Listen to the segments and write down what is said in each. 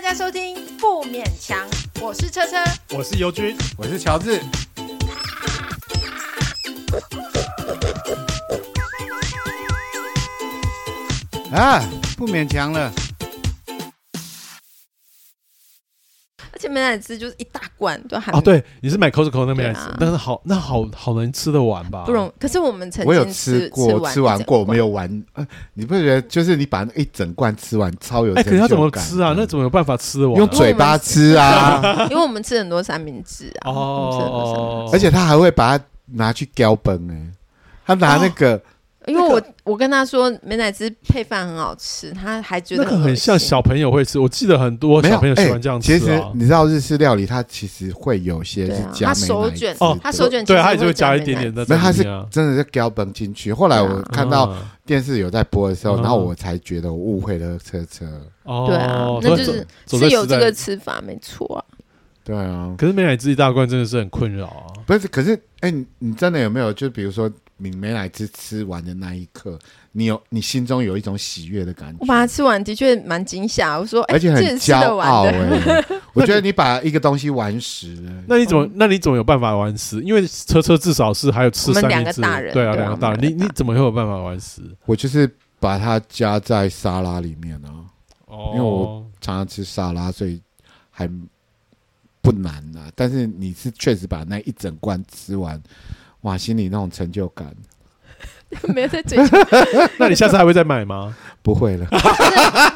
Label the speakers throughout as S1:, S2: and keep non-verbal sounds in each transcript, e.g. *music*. S1: 在收听《不勉强》，我是车车。
S2: 我是尤军，
S3: 我是乔治，啊，不勉强了，
S1: 而且美乃滋就是一大罐都还
S2: 哦，对，你是买 Costco 那边来吃
S1: 对啊，
S2: 但是好，那好好能吃得完吧？
S1: 不容。可是我们曾
S3: 我有
S1: 经
S3: 吃
S1: 吃
S3: 过，吃完过，我没
S1: 有。
S3: 有完。呃你不觉得就是你把那一整罐吃完，超有
S2: 哎，
S3: 成
S2: 可是要怎
S3: 就
S2: 么
S3: 感
S2: 吃啊？那怎么有办法吃得完啊？
S3: 用嘴巴吃啊，
S1: *laughs* 因为我们吃很多三明治啊，我们吃很多三明
S2: 哦，
S3: *laughs* 而且他还会把它拿去标本哎，他拿那个
S2: 哦
S1: 治因为我我跟他说美乃滋配饭很好吃，他还觉得
S2: 那个很
S1: 恶
S2: 像
S1: 心
S2: 小朋友会吃，我记得很多
S3: 没有
S2: 小朋友喜
S3: 哎
S2: 欢这样吃
S3: 其
S2: 啊。
S3: 实你知道日式料理，它其实会有些
S1: 对
S3: 是
S1: 啊
S3: 加
S1: 它
S3: 美
S1: 手
S3: 乃
S1: 卷
S3: 滋
S2: 哦
S1: 它
S3: 的
S1: 手卷
S2: 对，
S1: 其实
S2: 他也就
S1: 会
S2: 会
S1: 加
S2: 加一点
S1: 美乃
S2: 点的
S3: 没
S2: 在
S3: 有它
S2: 里
S3: 是
S2: 面啊。
S3: 真的是标本进去。后来我
S1: 对啊
S3: 看到
S2: 啊
S3: 电视有在播的时候，
S2: 嗯
S3: 然后我才觉得我误会了车车。
S2: 哦，
S1: 对啊那
S2: 所以
S1: 就是
S2: 走走在
S1: 是有
S2: 时
S1: 这
S2: 代
S1: 个吃法，没错啊。
S3: 对啊，
S2: 可是美乃滋一大罐真的是很困扰啊。
S1: 嗯
S3: 不是，可是哎、你你真的有没有？就比如说你美乃滋吃完的那一刻，你有你心中有一种喜悦的感觉
S1: 我，把它吃完的确蛮惊吓，我说哎，
S3: 而且很
S1: 这也吃
S3: 骄
S1: 得
S3: 傲
S1: 完
S3: 哎、
S1: 的，
S3: 我觉得你把一个东西玩实了，
S2: 那你怎么？那你怎么有办法完食？因为车车至少是还有吃
S1: 我们
S2: 三
S1: 两
S2: 明
S1: 个
S2: 治
S1: 大人，
S2: 对啊，
S1: 对啊
S2: 两个大
S1: 我们
S2: 人，
S1: 两
S2: 你
S1: 个
S2: 你
S1: 大
S2: 怎么会有办法完食？
S3: 我就是把它加在沙拉里面啊。
S2: 哦，
S3: 因为我常常吃沙拉，所以还不难呐、但是你是确实把那一整罐吃完，哇，心里那种成就感
S1: *laughs* 没有在追求。 *laughs*
S2: 那你下次还会再买吗？
S3: 不会了。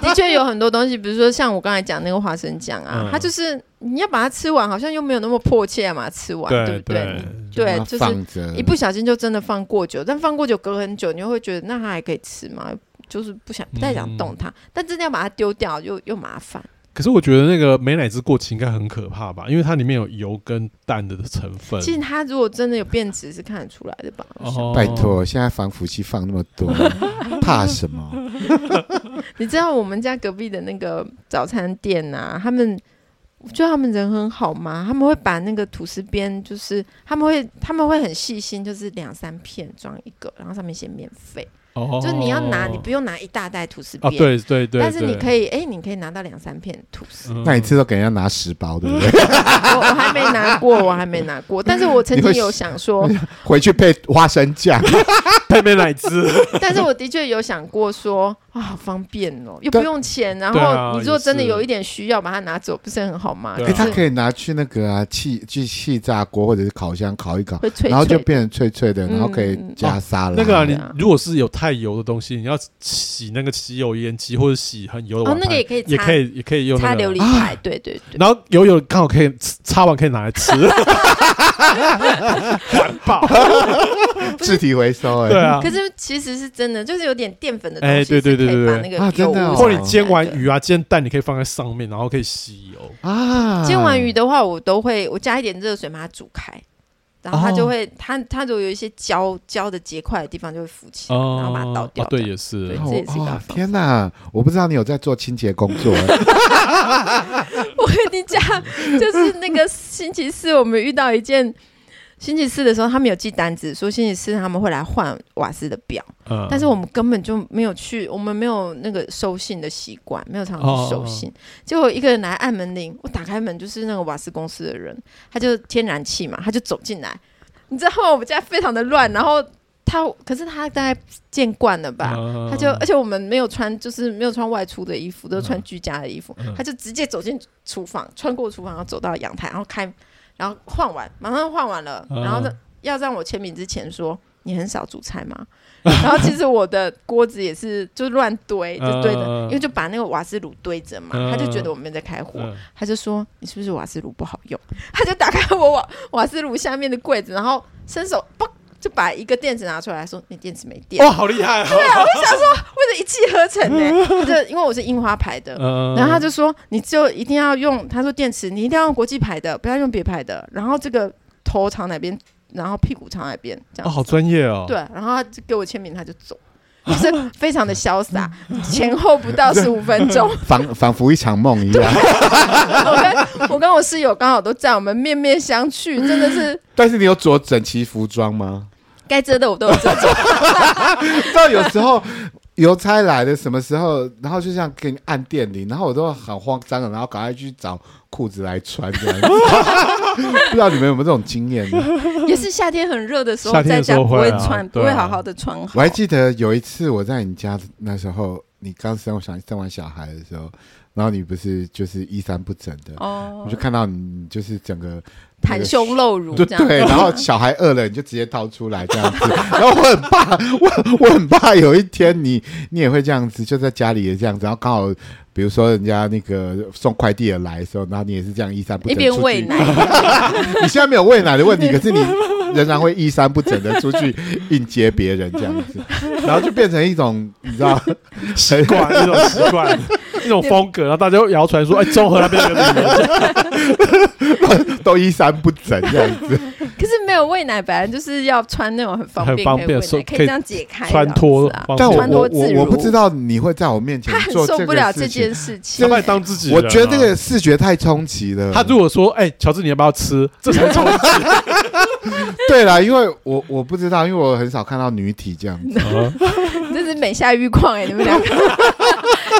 S1: 的确有很多东西，比如说像我刚才讲那个花生酱啊，
S2: 嗯
S1: 它就是你要把它吃完，好像又没有那么迫切嘛，吃完对
S2: 对
S1: 不对？
S3: 就
S1: 对
S3: 让它
S1: 就是
S3: 放着
S1: 一不小心就真的放过久，但放过久隔很久，你又会觉得那它还可以吃吗？就是不想不太想动它，但真的要把它丢掉又又麻烦。
S2: 可是我觉得那个美乃滋过期应该很可怕吧，因为它里面有油跟蛋的成分。
S1: 其实它如果真的有变质，是看得出来的吧？
S2: 哦
S3: 拜，托，现在防腐剂放那么
S1: *laughs*
S3: 多，怕什么？
S1: 你知道我们家隔壁的那个早餐店啊，他们。我觉得他们人很好吗？他们会把那个吐司边，就是他们会他们会很细心，就是两三片装一个，然后上面写免费，
S2: 哦
S1: 就是你要拿，你不用拿一大袋吐司
S2: 啊？
S1: 边，
S2: 对对对，
S1: 但是你可
S2: 以，
S1: 以哎、你可以拿到两三片吐司。
S2: 嗯
S3: 那你吃都给人家拿十包，对不对？ *laughs*
S1: 我我还没拿过，我还没拿过，但是我曾经有想
S2: *laughs*
S1: 说，
S3: 回去配花生酱，
S2: 配美乃
S3: *laughs*
S2: 滋，
S1: 但是我的确有想过说啊，好方便哦，又不用钱，然
S2: 对啊
S1: 后你如果真的
S2: 也是
S1: 有一点需要，把它拿走，不是很好吗？
S2: 对
S3: 哎，
S2: 啊
S3: 它可
S1: 以
S3: 以拿去那个啊气去气炸锅或者是烤箱烤一烤，
S1: 会脆脆的，
S3: 然后就变成脆脆的，
S1: 嗯
S3: 然后可以加沙拉。
S2: 那个啊，
S1: 对
S2: 你
S1: 啊
S2: 如果是有太油的东西，你要洗那个洗油烟机或者洗很油的
S1: 哦
S2: 碗，
S1: 那个也
S2: 盘，
S1: 可以
S2: 也
S1: 擦
S2: 可以，也可以用那
S1: 擦
S2: 个啊
S1: 琉璃牌，对对对。
S2: 然后油油刚好可以吃擦完可以拿来
S3: *laughs*
S2: 吃，环保，
S3: 自体回收哎、
S2: 对啊
S1: 可。是其实是真的，就是有点淀粉的东
S2: 哎
S1: 西是
S2: 对对
S1: 可以
S2: 对对
S1: 把
S2: 对
S1: 那个
S3: 啊真的
S1: 油
S3: 哦
S2: 或者你煎完
S1: 的
S2: 鱼啊、煎蛋，你可以放在上面，然后可以吸油。
S3: 啊，
S1: 煎完鱼的话，我都会我加一点热水把它煮开，然后它
S2: 哦
S1: 就会、它它如果有一些胶胶的结块的地方就会浮起来，然后把它倒掉。
S2: 哦对，
S1: 这样
S2: 也是
S1: 对
S3: 然
S1: 这
S3: 后
S1: 也是一个方
S3: 哦
S1: 法
S3: 天哪！我不知道你有在做清洁工
S1: *laughs*
S3: 作，*laughs*
S1: 我跟你讲，就是那个星期四我们遇到一件。星期四的时候，他们有寄单子，说星期四他们会来换瓦斯的表，
S2: 嗯
S1: 但是我们根本就没有去，我们没有那个收信的习惯，没有常常去收信。结果一个人来按门铃，我打开门就是那个瓦斯公司的人，他就天然气嘛，他就走进来。你知道吗？我们家非常的乱，然后他可是他大概见惯了吧，
S2: 嗯
S1: 他就呃而且我们没有穿就是没有穿外出的衣服，都穿居家的衣服，
S2: 嗯
S1: 他就直接走进厨房，穿过厨房，然后走到阳台，然后开，然后换完，马上换完了，
S2: 嗯
S1: 然后要让我签名之前说。你很少煮菜吗？ *laughs* 然后其实我的锅子也是就乱堆，就堆的，
S2: 嗯
S1: 因为就把那个瓦斯炉堆着嘛，
S2: 嗯
S1: 他就觉得我没有在开火，
S2: 嗯
S1: 他就说你是不是瓦斯炉不好用？ *laughs* 他就打开我瓦瓦斯炉下面的柜子，然后伸手嘣就把一个电池拿出来，说你电池没电，
S2: 哇，好厉害哦！
S1: 啊为了一气呵成呢、他就因为我是樱花牌的，
S2: 嗯
S1: 然后他就说你就一定要用，他说电池你一定要用国际牌的，不要用别牌的。然后这个头朝哪边，然后屁股朝哪边，这
S2: 哦，
S1: 样、
S2: 好专业哦。
S1: 对。然后他就给我签名，他就走。就是非常的潇洒，前后不到十五分钟。
S3: 仿仿佛一场梦一样。
S1: 我跟我跟我室友刚好都在，我们面面相觑，真的是
S3: 但是你有着整齐服装吗？
S1: 该遮的我都有遮住。
S3: 到有时候 *laughs* 邮差来的什么时候，然后就这样给你按电铃，然后我都很慌张的，然后赶快去找裤子来穿，这样子。 *laughs* 不知道你们有没有这种经验呢？
S1: 也是夏天很热的时候，
S2: 夏天
S1: 在
S2: 的时
S1: 家
S2: 候
S1: 不会
S2: 会啊
S1: 穿，不
S2: 对啊
S1: 会好好的穿好。
S3: 我还记得有一次我在你家那时候，你刚生我想生完小孩的时候，然后你不是就是衣衫不整的，
S1: 哦
S3: 我就，看到你就是整个
S1: 袒胸露乳
S3: 就
S1: 这样。
S3: 对，然后小孩饿了你就直接掏出来这样子，然后我很怕，我我很怕有一天你你也会这样子，就在家里也这样子，然后刚好比如说人家那个送快递的来的时候，然后你也是这样衣衫不整，
S1: 一边
S3: 出去
S1: 喂奶，，
S3: *laughs* 你现在没有喂奶的问题，可
S1: *laughs*
S3: 是你仍然会衣衫不整的出去应接别人这样子，然后就变成一种你知道习
S2: 习惯一种习
S1: *laughs*
S2: 惯，一种风格，然后大家又谣传说，哎，综合那边有个女人，
S3: 都衣衫不整这样子，
S1: 可是没有喂奶，本来就是要穿那种很方便，
S2: 很方便
S1: 可以喂
S2: 所
S1: 奶，
S2: 以
S1: 可以这样解开
S2: 穿脱
S1: 这样子啊。
S2: 方便，
S3: 但我
S1: 穿
S3: 我
S1: 脱
S3: 我
S1: 自
S3: 我
S1: 如
S3: 不知道你会在我面前
S1: 他很
S3: 做
S1: 受
S3: 这
S1: 不了
S3: 个
S1: 这
S3: 事情
S1: 件。事情
S2: 他，把你当自己人
S3: 我
S2: 啊，
S3: 觉得这个视觉太冲击了。
S2: 他如果说，哎，乔治，你要不要吃？这才从
S1: *laughs*
S3: 对啦，因为我我不知道，因为我很少看到女体这样子。
S2: 嗯
S1: 这是美下玉矿哎、你们两
S3: *laughs*
S1: 个，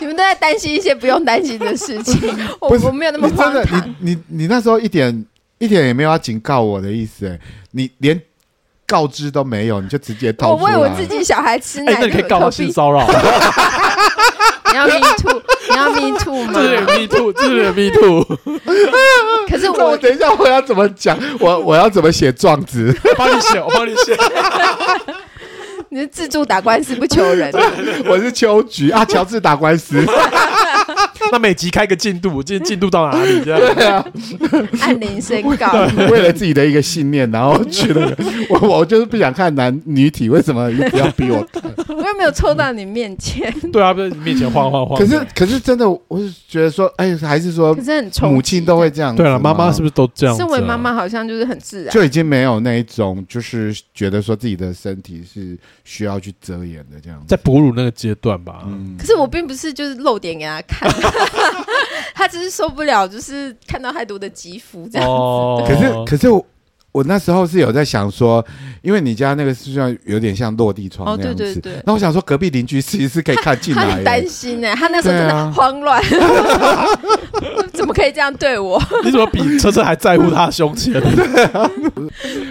S1: 你们都在担心一些不用担心的事
S3: *laughs*
S1: 情，我
S3: 不是
S1: 我没有那么
S3: 你真
S1: 荒
S3: 的，
S1: 唐。
S3: 你你你那时候一点一点也没有要警告我的意思、哎，你连告知都没有，你就直接
S1: 我
S3: 掏出
S1: 喂
S3: 来。
S1: 我自己小孩吃奶，
S2: 哎，那你可以告他
S1: 我
S2: 性
S1: *laughs*
S2: 骚扰，
S1: 你要 me too，你要 me too
S2: 这是
S1: 吗？
S2: me too，这是 me too，
S1: 可是
S3: 那我
S1: 我
S3: 等一下我要怎么讲？我我要怎么写状子？
S2: 我帮你写，我帮你写，
S1: 你是自助打官司 *laughs* 不求人，
S3: 我是秋菊啊，乔治打
S1: *laughs*
S3: 官司。
S2: 那每集开个进度，今天进度到哪里？
S1: *laughs*
S2: 这样，
S3: 对啊，
S1: 按铃申告。
S3: 为了自己的一个信念，然后去那个，我我就是不想看男女体，为什么一直要逼我看？
S1: *laughs* 我又没有凑到你面前，
S2: 对啊，不是你面前晃晃晃。
S3: 可是可是真的，我是觉得说，哎，还是说
S1: 可是很冲击
S3: 母亲都会这样子
S2: 对
S3: 吗。
S2: 了，妈妈是不是都这样？啊
S1: 身为妈，妈好像就是很自然。
S3: 就已经没有那一种，就是觉得说自己的身体是需要去遮掩的这样子。
S2: 在哺乳那个阶段吧，
S3: 嗯
S1: 可，是我并不是就是露点给他看，他只是受不了，就是看到太多的肌肤这样。
S2: 哦，
S3: 可是可是我我那时候是有在想说，因为你家那个是像有点像落地窗
S1: 哦，
S3: 那样
S1: 对
S3: 子，
S1: 对对。
S3: 那我想说隔壁邻居其实是可以看进
S1: 他
S3: 来
S1: 很
S3: 的
S1: 担，心呢、他那时候真
S3: 对
S1: 的
S3: 啊
S1: 慌乱， *laughs* 怎么可以这样对
S3: *laughs*
S1: 我？
S2: 你怎么比车车还在乎他的胸 *laughs* 前？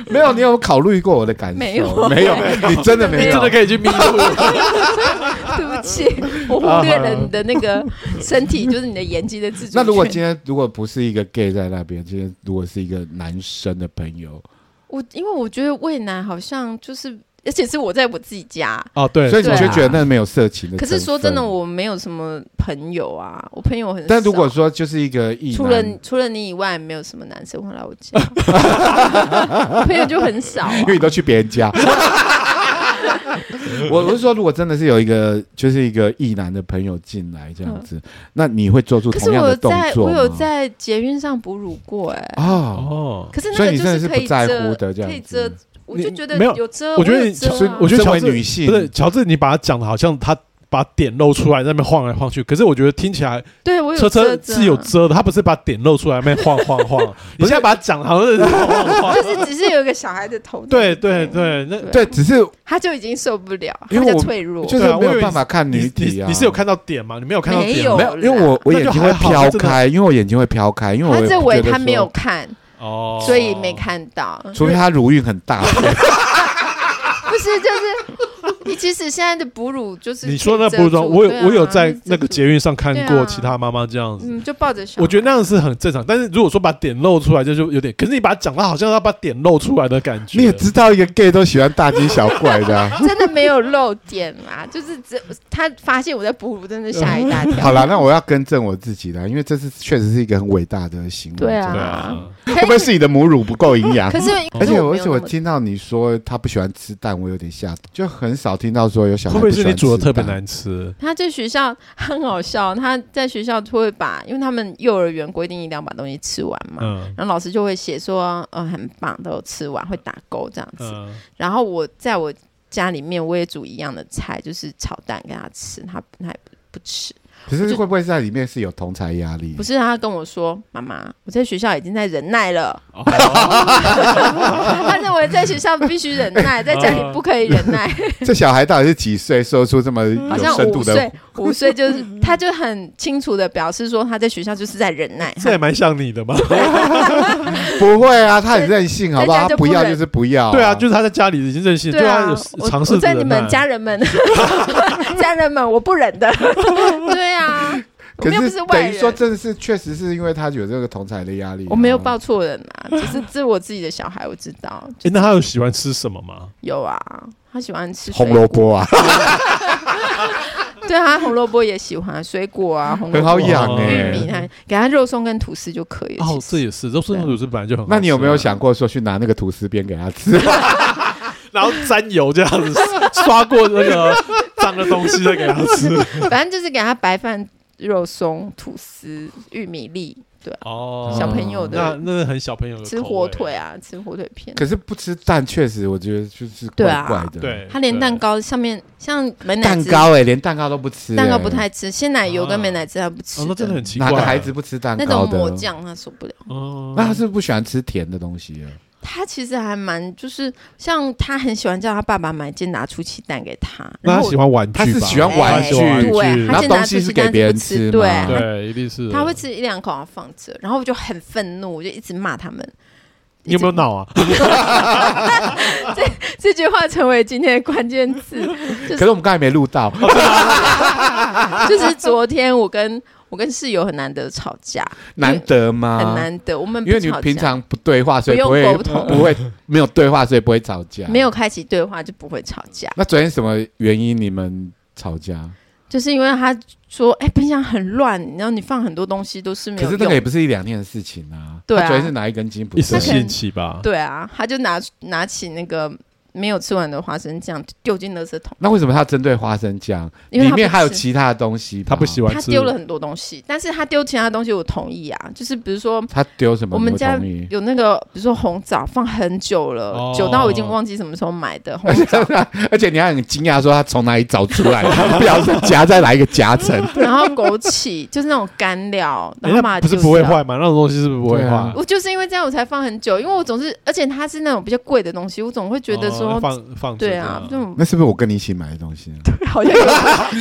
S3: 没有，你有考虑过我的感受？
S1: 没有
S3: 没有，
S1: *laughs*
S3: 你真的没
S2: 你
S3: 有，
S2: 真的可以去 me too，
S1: 对不起，我忽略了你的那个身体，就是你的眼睛的自主权。
S3: 那如果今天如果不是一个 gay 在那边，今天如果是一个男生的朋友，
S1: 我因为我觉得畏难好像就是，而且是我在我自己家。
S2: 哦，对，
S3: 所以你
S1: 对
S3: 就
S1: 啊
S3: 觉得那没有色情的。
S1: 可是说真的，，我没有什么朋友啊，我朋友很少。
S3: 但如果说就是一个异
S1: 除了
S3: 男，
S1: 除了你以外，没有什么男生会来我家， *laughs* 我朋友就很少、啊
S3: *laughs* 因为。你都去别
S1: *laughs*
S3: 人家。我我是说，如果真的是有一个就是一个异男的朋友进来这样子，那你会做出
S1: 嗯可是
S3: 同样
S1: 我
S3: 的
S1: 有
S3: 动
S1: 在
S3: 作
S1: 我
S3: 吗？
S1: 有在捷运上哺乳过哎、
S3: 啊，
S2: 哦，
S1: 可是那
S3: 所以
S1: 个
S3: 你
S1: 就
S3: 真的是
S1: 可以
S3: 不在乎
S1: 遮，
S3: 的这样
S1: 可以
S3: 子
S1: 遮，我就
S2: 你
S1: 觉得
S2: 没有
S1: 有遮，
S2: 我觉得
S1: 有
S2: 你
S1: 遮啊
S3: 所以我
S2: 觉得
S3: 身为
S2: 乔治
S3: 女性
S2: 不是乔治，你把他讲的好像他把点露出来，在那边晃来晃去。可是我觉得听起来
S1: 对我有
S2: 车车
S1: 遮
S2: 是有
S1: 着啊
S2: 遮的，他不是把点露出来，在那边晃晃晃。 *laughs* 你现在把他讲得好像是晃晃晃。。
S1: 啊 *laughs* 就是只是有一个小孩的头
S2: *laughs* 对对，对，那
S3: 对，只是
S1: 他就已经受不了，他
S3: 因为
S1: 比较
S3: 我
S1: 脆弱。
S3: 就是
S2: 对啊我
S3: 没
S2: 以
S3: 有
S2: 为
S3: 办法看女
S2: 你
S3: 体
S2: 你
S3: 啊。
S2: 你是有看到点吗？你没有看到点吗？
S1: 没有
S3: 没有？因为我我
S2: 那
S3: 眼
S2: 就
S3: 睛
S2: 还
S3: 会
S2: 好
S3: 飘
S2: 真的
S3: 开，因为我眼睛会飘开，因为我
S1: 他
S3: 也
S1: 认
S3: 不
S1: 为
S3: 觉得
S1: 他没
S3: 说
S1: 有，看，
S2: 哦，
S1: 所以没。看到。
S3: 除非他乳晕很
S2: *laughs*
S3: 大。
S1: *laughs* 不是，就是你即使现在的哺乳就是
S2: 你说那
S1: 可以遮
S2: 不是装，
S1: 住
S2: 我有
S1: 对啊
S2: 我有在那个捷运上看
S1: 对啊
S2: 过其他妈妈这样子。
S1: 嗯，就抱着小孩。
S2: 我觉得那样是很正常，但是如果说把点露出来，这就有点。可是你把它讲到好像要把点露出来的感觉，
S3: 你也知道，一个 gay 都喜欢大惊小怪的啊、
S1: *laughs* 真的没有漏点啦，就是只他发现我在哺乳，真的吓一大跳。
S3: *laughs* 好啦，那我要更正我自己啦，因为这是确实是一个很伟大的行为。
S1: *laughs* 对啊
S2: 对啊，
S1: 可
S3: 会不会
S1: 以，
S3: 是你的母乳不够营养
S1: 可？是
S3: 而且
S1: 我
S3: 而
S1: 没有
S3: 且
S1: 那
S3: 我
S1: 么
S3: 听到你说他不喜欢吃蛋，我有点吓到，就很少听到说有小
S2: 会
S3: 孩
S2: 不会
S3: 喜
S2: 是
S3: 欢
S2: 你煮的
S3: 吃
S2: 特别
S3: 蛋？
S2: 难吃？
S1: 他在学校 *laughs* 很好笑，他在学校会把，因为他们幼儿园规定一定要把东西吃完嘛。
S2: 嗯
S1: 然后老师就会写说，呃，很棒，都有吃完，会打勾这样子。
S2: 嗯，
S1: 然后我在我家里面，我也煮一样的菜，就是炒蛋给他吃，他他也不不吃。
S3: 可是会不会在里面是有同才压力？
S1: 不是他跟我说，妈妈，我在学校已经在忍耐了。
S3: 哦
S1: *laughs* 他认为在学校必须忍耐，在家里不可以忍
S3: *laughs*
S1: 耐。
S3: 这小孩到底是几岁说出这么
S1: 好
S3: 有
S1: 像
S3: 深
S1: 五
S3: 度的
S1: 岁？，五岁就是，他就很清楚的表示说，他在学校就是在忍耐，
S2: 这也蛮像你的
S3: *laughs*
S2: 嘛。
S3: 不会啊，他很任性，好不
S1: 在家
S3: 好？他
S1: 就
S3: 不
S1: 不
S3: 要
S1: 忍
S3: 就是不要啊，
S2: 对啊，就是他在家里已经任性，
S1: 对啊
S2: 就，他有
S1: 我
S2: 尝
S1: 我
S2: 试
S1: 在
S2: 着
S1: 你
S2: 忍耐
S1: 们家人们， *laughs* 家人们，我不忍的。 *laughs* 对啊，我
S3: 可
S1: 们又不
S3: 是
S1: 是外
S3: 等于说，
S1: 人，
S3: 真的是确实是因为他有这个同才的压力啊。
S1: 我没有抱错人啊，只是这我自己的小孩，我知道
S2: 诶那他有喜欢吃什么吗？
S1: 有啊，他喜欢吃
S3: 红
S1: 水
S3: 萝
S1: 果，
S3: 卜啊，
S1: *laughs* 对他红萝卜也喜欢，水果啊，红萝
S3: 很好
S1: 卜、
S3: 养哎、
S1: 玉米，他给他肉松跟吐司就可以了。
S2: 哦，
S1: 其
S2: 这
S1: 实
S2: 也是肉松吐司本来就很好吃啊。
S3: 那你有没有想过说去拿那个吐司边给他
S1: *laughs*
S3: 吃？
S2: 然后沾油这样子刷过那个 *laughs* 脏的东西再给他
S1: *laughs*
S2: 吃？
S1: 反正就是给他白饭、肉松、吐司、玉米粒，对啊、
S2: 哦
S1: 小朋友的
S2: 那那是很小朋友的
S1: 吃
S2: 口味
S1: 火腿，啊，吃火腿片。
S3: 可是不吃蛋，确实我觉得就是怪
S1: 对啊
S3: 怪的。，
S2: 对，
S1: 他连
S2: 对
S1: 蛋糕上面像美乃
S3: 蛋
S1: 滋
S3: 糕哎、连蛋糕都不吃、
S1: 蛋糕
S3: 哎
S1: 不太吃，鲜奶油跟
S2: 啊
S1: 美乃滋他不吃
S2: 哦，那真的很奇怪。
S3: 哪个孩子不吃蛋
S1: 那
S3: 糕
S1: 种
S3: 的？
S1: 抹酱他受不了。
S2: 哦，
S3: 那他是不是不喜欢吃甜的东西啊。
S1: 他其实还蛮就是像他很喜欢叫他爸爸买健达出奇蛋给他，然
S2: 那他
S1: 后
S2: 喜欢玩具吧？
S3: 他是喜欢玩具
S2: 他喜欢玩具
S1: 对，
S3: 然
S1: 他
S3: 后
S1: 健达
S3: 东
S1: 出
S3: 西是
S1: 奇
S3: 给
S1: 蛋
S3: 别
S1: 不
S3: 人
S1: 吃，
S3: 吃
S1: 对
S3: 嘛，
S2: 对，一定是的
S1: 他会。吃一两口然后放着，然后我就很愤怒，我就一直骂他们。
S2: 你有没有脑啊？
S1: *laughs* 这句话成为今天的关键
S3: *laughs*
S1: 字？就
S3: 可是我们刚才没
S2: *laughs*
S3: 录到，
S1: 就是昨天我跟我跟室友很难得吵架，
S3: 难得吗？
S1: 很，难得，我们不
S3: 因为你
S1: 吵架
S3: 平常啊不对话，所以
S1: 不用
S3: 不会
S1: 沟通
S3: 不会没有对话，所以不会吵架。
S1: 没有。开启对话就不会吵架。
S3: 那昨天什么原因你们吵架？
S1: 就是因为他说，哎、冰箱很乱，然后你放很多东西都是没
S3: 可
S1: 有
S3: 是
S1: 用
S3: 那个也
S1: 的。
S3: 不是一两天的事情啊。
S1: 对啊
S3: 他昨天是哪一根筋不
S2: 一
S3: 对
S2: 时
S1: 他可？
S2: 兴起吧。
S1: 对啊，他就拿拿起那个没有吃完的花生酱丢进垃圾桶，
S3: 那为什么他针对花生酱？
S1: 因为
S3: 里
S1: 他
S3: 面
S1: 不
S3: 还有
S1: 吃
S3: 其他的东西吧？
S2: 他不喜欢
S1: 他
S2: 吃，
S1: 丢了很多东西，但是他丢其他东西我同意啊，就是比如说
S3: 他丢什么？
S1: 我们
S3: 你
S1: 家
S3: 同意
S1: 有那个，比如说红枣放很久了，
S2: 哦
S1: 久到我已经忘记什么时候买的
S2: *laughs*
S1: 红枣，
S3: *laughs* 而且你还很惊讶，说他从哪里找出来的，不 *laughs* 晓得夹在哪一个夹层。
S1: 然后枸杞就是那种干料，
S2: 哎
S1: 然后把
S2: 那
S1: 它
S2: 不是
S1: 丢
S2: 不会
S1: 掉
S2: 坏吗？那种东西是不是不会
S3: 对
S2: 坏
S3: 啊？
S1: 啊我就是因为这样我才放很久，因为我总是，而且它是那种比较贵的东西，我总会觉得说，
S2: 哦放放着
S1: 对啊，这
S2: 这样
S1: 种
S3: 那是不是我跟你一起买的
S2: *laughs*
S3: 东西啊？
S1: 好像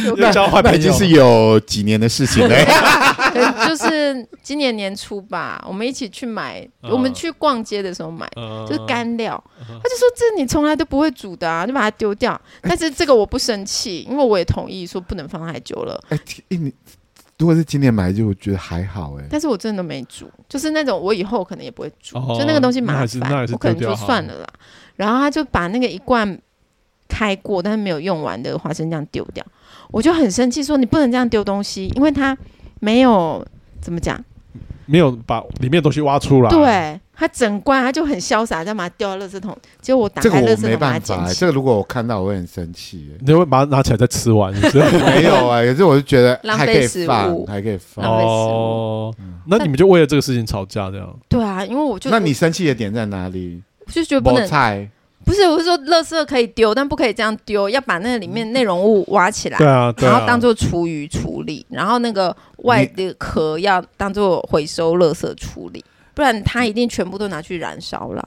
S1: 有有
S2: 要交换
S3: 那
S2: 朋
S3: 已经
S2: 友
S3: 是有几年的
S2: *laughs*
S3: 事情了。
S1: 对，就是今年年初吧，我们一起去买，
S2: 嗯
S1: 我们去逛街的时候买，
S2: 嗯
S1: 就是干料。
S2: 嗯
S1: 他就说：“这你从来都不会煮的啊，就把它丢掉。”但是这个我不生气，因为我也同意说不能放太久了。
S3: 哎，一年如果是今年买，就我觉得还好哎。
S1: 但是我真的没煮，就是那种我以后可能也不会煮，
S2: 哦
S1: 就那个东西麻
S2: 那还是那还
S1: 烦，
S2: 是
S1: 我可能
S2: 丢
S1: 就
S2: 掉好
S1: 算了啦。然后他就把那个一罐开过但是没有用完的花生酱丢掉，我就很生气，说你不能这样丢东西，因为他没有怎么讲，
S2: 没有把里面的东西挖出来。，
S1: 对他整罐他就很潇洒，这样把它丢到垃圾桶。结果我打
S3: 这个
S1: 开垃
S3: 我
S1: 圾
S3: 没
S1: 桶把它
S3: 办
S1: 捡
S3: 法，
S1: 起
S3: 这，个如果我看到我会很生气。
S2: 你会把它拿起来再吃完，
S1: *laughs*
S2: 是不是？哦
S3: 哎没有哎，可是我就觉得
S1: 浪
S3: 还
S1: 费
S3: 可以
S1: 食
S3: 放，
S1: 物
S3: 还可以
S1: 浪
S3: 放。
S1: 费食物
S2: 哦，那你们就为了这个事情吵架这样？
S1: 对啊，因为我就
S3: 那你生气的点在哪里？
S1: 我就觉得不
S3: 菠
S1: 能
S3: 菜，
S1: 不是，我是说垃圾可以丢，但不可以这样丢，要把那个里面内容物挖起来。
S2: 嗯对啊，对啊
S1: 然后当做厨余处理，然后那个外的壳要当做回收垃圾处理，不然它一定全部都拿去燃烧啦。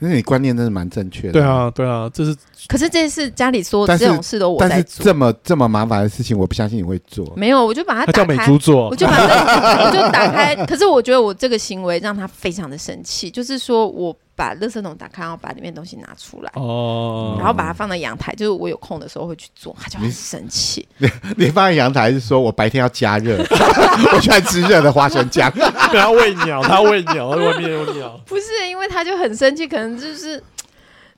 S3: 那你观念真的蛮正确的。
S2: 对。啊，对啊，这是
S1: 可是这次家里所有
S3: 但是
S1: 这种事都我
S3: 但
S1: 在
S3: 是
S1: 做，嗯
S3: 这么这么麻烦的事情，我不相信你会做。
S1: 没有，我就把它
S2: 它叫
S1: 打
S2: 美
S1: 开，
S2: 猪做
S1: 我，就把它我就打开。可是我觉得我这个行为让他非常的生气，就是说我把垃圾桶打开，然后把里面东西拿出来。
S2: 哦， *laughs*
S1: 然后把它放在阳台，就是我有空的时候会去做，他就很
S3: 你
S1: 生气。
S3: 你放在阳台是说我白天要加热， *laughs* 我喜欢吃热的花生
S1: *laughs*
S3: 酱。
S2: 对它喂鸟，它喂鸟，它外面有鸟。
S1: 不是，因为他就很生气，可能就是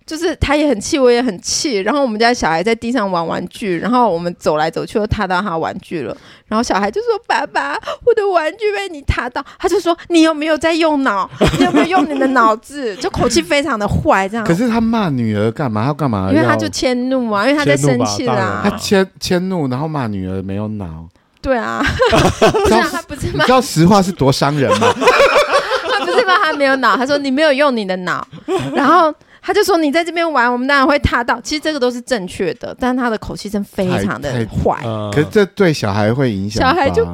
S1: 就是他也很气，我也很气。然后我们家小孩在地上玩玩具，然后我们走来走去都踏到他玩具了。然后小孩就说：“爸爸，我的玩具被你踏到。”他就说：“你有没有在用脑？你有没有用你的脑子？”就口气非常的坏，这样。
S3: 可是他骂女儿干嘛？他干嘛要？
S1: 因为他就迁怒啊，因为他在
S2: 啊迁怒
S1: 生
S2: 吧
S1: 气
S2: 当然
S1: 啦、
S3: 他迁迁怒，然后骂女儿没有脑。
S1: 对 *laughs* 啊，
S3: 你
S1: 不
S3: 知
S1: 是
S3: 道
S1: 啊，他不是
S3: 你
S1: 吗
S3: 知？道实话是多伤人吗？ *laughs*
S1: 他不是吗？他没有脑，他说你没有用你的脑，然后他就说你在这边玩，我们当然会踏到。其实这个都是正确的，但他的口气真非常的
S3: 太
S1: 坏，
S2: 呃
S3: 可是这对小孩会影响
S1: 小
S3: 吧，
S1: 孩就他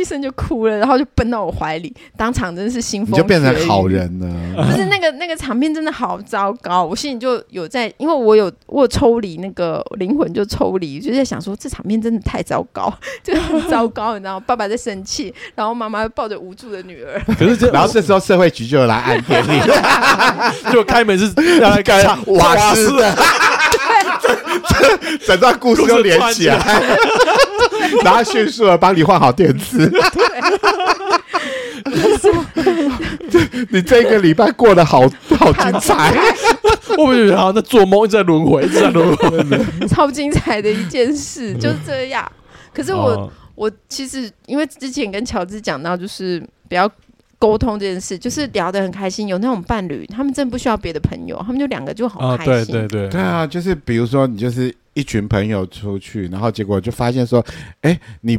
S1: 一声就哭了，然后就奔到我怀里，当场真是兴
S3: 你
S1: 风
S3: 就变成
S1: 血雨
S3: 好人了。
S1: 不是那个那个场面真的好糟糕，我心里就有在，因为我有我有抽离那个灵魂就抽离，就在想说这场面真的太糟糕， *laughs* 就很糟糕，你知道吗？爸爸在生气，然后妈妈抱着无助的女儿， *laughs*
S2: 可是这
S3: *laughs* 然后这时候社会局就来按电铃，
S2: 就开门 *laughs* 是让他开
S3: 唱瓦斯的，整整段故事都连起来，然后迅速的帮你换好电池。 *laughs* 你 *laughs* 这个礼拜过得好好精彩，
S2: 我们就觉得好像在做梦，一直在轮回，一直在轮回。
S1: 超精彩的一件
S3: 嗯
S1: 事，就是这样。可是我、
S3: 哦
S2: 哦
S1: 我其实因为之前跟乔治讲到，就是比较沟通这件事，
S2: 嗯
S1: 就是聊得很开心，有那种伴侣，他们真的不需要别的朋友，他们就两个就好
S2: 啊，
S1: 开心。
S2: 对对对
S3: 对，啊，就是比如说你就是一群朋友出去，然后结果就发现说，哎，你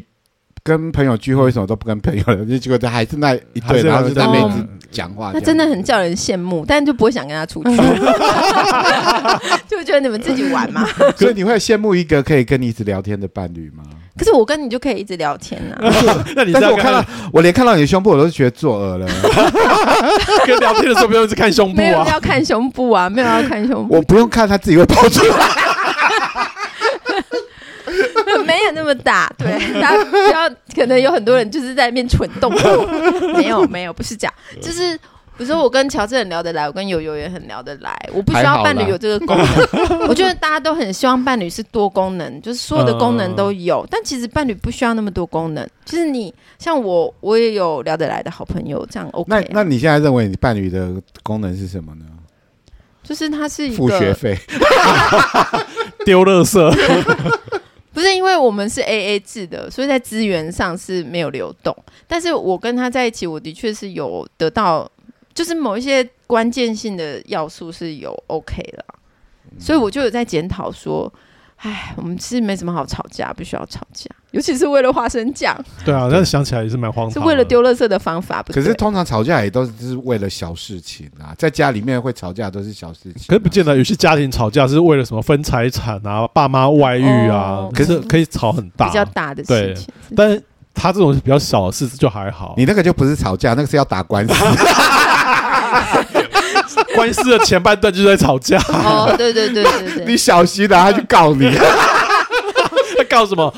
S3: 跟朋友聚会为什么都不跟朋友了？结果还是那一
S2: 还
S3: 对，
S2: 是
S3: 然后就在那
S1: 那
S3: 边
S1: 一对
S3: 一直讲话，
S1: 那
S3: 这
S1: 真
S3: 样
S1: 的很叫人羡慕，但就不会想跟他出
S2: *laughs*
S1: 去， *laughs* 就觉得你们自己玩嘛。
S3: 所以你会羡慕一个可以跟你一直聊天的伴侣吗？
S1: 可是我跟你就可以一直聊天
S2: *laughs*
S1: 啊，
S2: 那你
S3: 但
S2: 在
S3: 是我看到，我连看到你的胸部，我都是觉得作恶了。
S2: *laughs* 跟聊天的时候，不要一直看胸部
S1: 没有
S2: 啊。
S1: 要看胸部啊，没有要看胸部，
S3: *laughs* 我不用看，他自己会跑出来。
S1: *laughs* 没有那么大。对，大家不要，可能有很多人就是在那边蠢
S3: *laughs*
S1: 动作，没有没有，不是这样，就是。比如说我跟乔治很聊得来，我跟友友也很聊得来，我不需
S3: 还
S1: 要
S3: 好啦
S1: 伴侣有这个功能。我觉得大家都很希望伴侣是多功能，就是所有的功能都有，
S3: 嗯
S1: 但其实伴侣不需要那么多功能。就是你像我，我也有聊得来的好朋友，这样 OK
S3: *laughs* 那
S1: 啊。
S3: 那你现在认为你伴侣的功能是什么呢？
S1: 就是他是一
S3: 付学
S1: 个，
S3: 费，
S2: 丢垃圾，
S1: 不是因为我们是 A A 制的，所以在资源上是没有流动。但是我跟他在一起，我的确是有得到，就是某一些关键性的要素是有 OK 了，
S3: 嗯
S1: 所以我就有在检讨说。哎，我们是没什么好吵架，不需要吵架，尤其是为了花生酱，
S2: 对啊，但是想起来也是蛮荒唐
S1: 是
S2: 的，
S1: 为了丢垃圾的方法。不
S3: 可是
S1: 对
S3: 通常吵架也都是为了小事情啊，在家里面会吵架都是小事情、啊
S2: 可是不见得，有些家庭吵架是为了什么分财产啊、爸妈外遇啊
S1: 哦，
S2: 可是可以吵很大
S1: 比。较大的
S2: 对
S1: 事情，
S2: 但是他这种比较小的事就还好，
S3: 你那个就不是吵架，那个是要打官司。啊
S2: 官司的前半段就是在吵架，
S1: 哦，对对对对对，
S3: *laughs* 你小心的、啊，他去告你。
S2: 他搞什么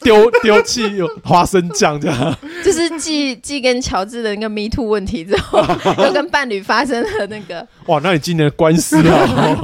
S2: 丢丢弃花生酱这样，
S1: 就是继继跟乔治的那个 Me Too 问题之
S3: *laughs*
S1: 后，又跟伴侣发生了那个，
S2: 哇，那你今年的官司啊，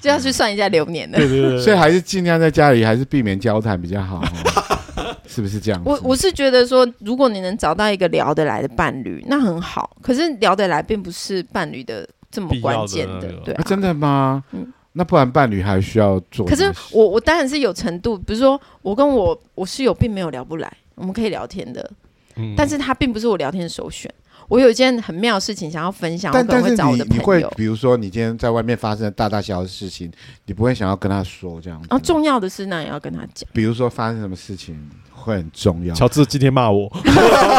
S1: 就要去算一下流年了。
S2: 对对对，
S3: *laughs* 所以还是尽量在家里，还是避免交谈比较好哦， *laughs* 是不是这样子？
S1: 我我是觉得说，如果你能找到一个聊得来的伴侣，那很好。可是聊得来并不是伴侣的这么关键
S2: 必要的那个
S1: 对、
S3: 啊
S1: 啊。
S3: 真的吗？
S1: 嗯
S3: 那不然伴侣还需要做
S1: 可
S3: 什
S1: 是
S3: 么事？
S1: 我我当然是有程度，比如说我跟我我室友并没有聊不来，我们可以聊天的，
S2: 嗯
S1: 但是他并不是我聊天的首选。我有一件很妙的事情想要分享，我
S3: 但
S1: 可能
S3: 但是
S1: 会找我
S3: 你
S1: 的
S3: 你
S1: 朋
S3: 会
S1: 友。
S3: 比如说你今天在外面发生的大大小小的事情，你不会想要跟他说这样子。
S1: 然后重要的事那也要跟他讲。
S3: 比如说发生什么事情会很重要，
S2: 乔治今天骂我，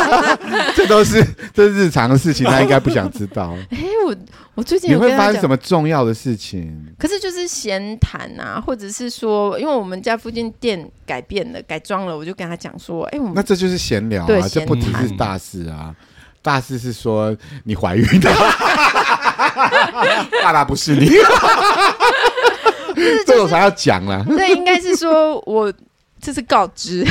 S3: *laughs* 这都是这是日常的事情，他应该不想知
S1: *laughs*
S3: 道。
S1: 哎、我我最近
S3: 你
S1: 有
S3: 会
S1: 跟他
S3: 发
S1: 讲
S3: 生什么重要的事情？
S1: 可是就是闲谈啊，或者是说，因为我们家附近店改变了、改装了，我就跟他讲说，哎、我
S3: 那
S1: 们
S3: 这就是闲聊
S1: 对
S3: 啊，这不只
S2: 闲
S3: 是
S2: 谈
S3: 大事啊，大事是说你怀孕 *laughs* 了，爸爸不是
S1: *laughs*
S3: 你，这有啥要讲啊啦？
S1: 对，应该是说我这是告
S2: *laughs*
S1: 知，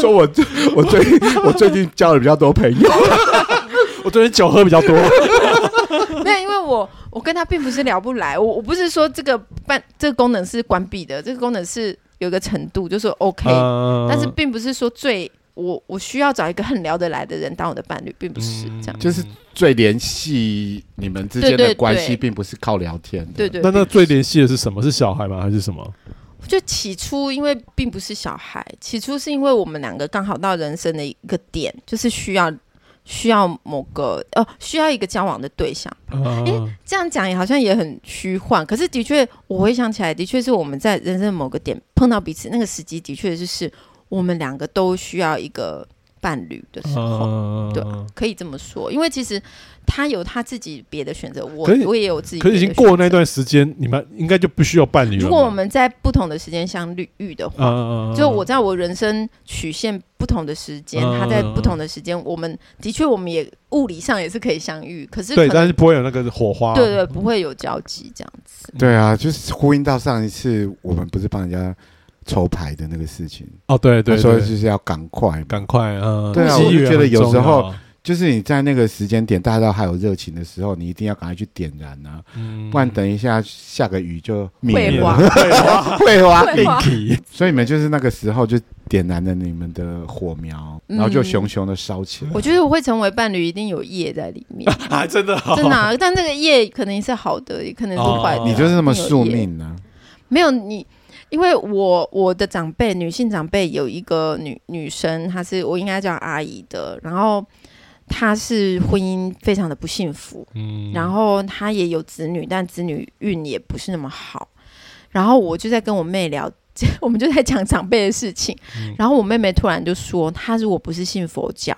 S3: 说我我
S1: *laughs*
S3: 最我最近交了比较多朋友，
S2: *laughs*
S1: 嗯
S2: 我昨天酒喝比
S1: *laughs*
S2: 较多，
S1: 没有，因为我我跟他并不是聊不来，我我不是说这个办这个功能是关闭的，这个功能是有一个程度，就是 OK，、
S2: 嗯
S1: 但是并不是说最我我需要找一个很聊得来的人当我的伴侣，并不是
S2: 嗯
S1: 这样，
S3: 就是最联系你们之间
S1: 对
S3: 的
S1: 对
S3: 关系，
S1: 对
S3: 并不是靠聊天的。
S1: 对对
S2: 那那
S1: 对
S2: 最联系的是什么？是小孩吗？还是什么？
S1: 就起初，因为并不是小孩，起初是因为我们两个刚好到人生的一个点，就是需要需要某个呃需要一个交往的对象。
S2: 嗯
S1: 这样讲也好像也很虚幻，可是的确我回想起来，的确是我们在人生的某个点碰到彼此，那个时机的确就是我们两个都需要一个伴侣的时候，
S2: 嗯，
S1: 对可以这么说，因为其实他有他自己别的选择，我
S2: 可是
S1: 我也有自己。
S2: 可是已经过了那。段时间，你们应该就不需要伴侣了
S1: 如
S2: 吧。
S1: 果我们在不同的时间相遇遇的话，
S2: 嗯，嗯
S1: 就我在我人生曲线不同的时间，
S2: 嗯
S1: 他在不同的时间，我们的确我们也物理上也是可以相遇，可是
S2: 对，
S1: 可
S2: 但
S1: 能
S2: 是啊不会有那个火花。
S1: 对对不会有交集这样子。
S3: 对啊，就是呼应到上一次我们不是帮人家抽牌的那个事情，
S2: 哦，对对
S3: 他说就
S2: 对，
S3: 是要赶快嘛，
S2: 赶快，嗯，
S3: 对
S1: 啊
S2: 机
S1: 我
S3: 就
S2: 缘
S3: 觉得
S2: 很
S3: 有
S2: 重
S3: 时
S2: 要
S3: 候
S2: 啊，
S3: 就是你在那个时间点，大家都还有热情的时候，你一定要赶快去点燃啊，
S2: 嗯
S3: 不然等一下下个雨就灭
S1: 会
S2: 会
S1: 花
S3: 了。，
S1: 会花，
S3: *laughs* 会
S1: 会
S2: 命
S1: 花，
S2: 题，
S3: 所以你们就是那个时候就点燃了你们的火苗，
S1: 嗯
S3: 然后就熊熊的烧起来。
S2: *laughs*
S1: 我觉得我会成为伴侣，一定有业在里面，
S2: 啊，真的哦，
S1: 真
S2: *laughs*
S1: 的、啊。但这个业可能是好的，也可能是坏的。啊
S2: 哦
S3: 你就是那么宿
S1: 有业
S3: 命啊呢、
S1: 没有你，因为我我的长辈，女性长辈有一个女女生，她是我应该叫阿姨的，然后她是婚姻非常的不幸福，
S2: 嗯，
S1: 然后她也有子女，但子女运也不是那么好。然后我就在跟我妹聊， *laughs* 我们就在讲长辈的事情，
S2: 嗯
S1: 然后我妹妹突然就说，她如果不是信佛教。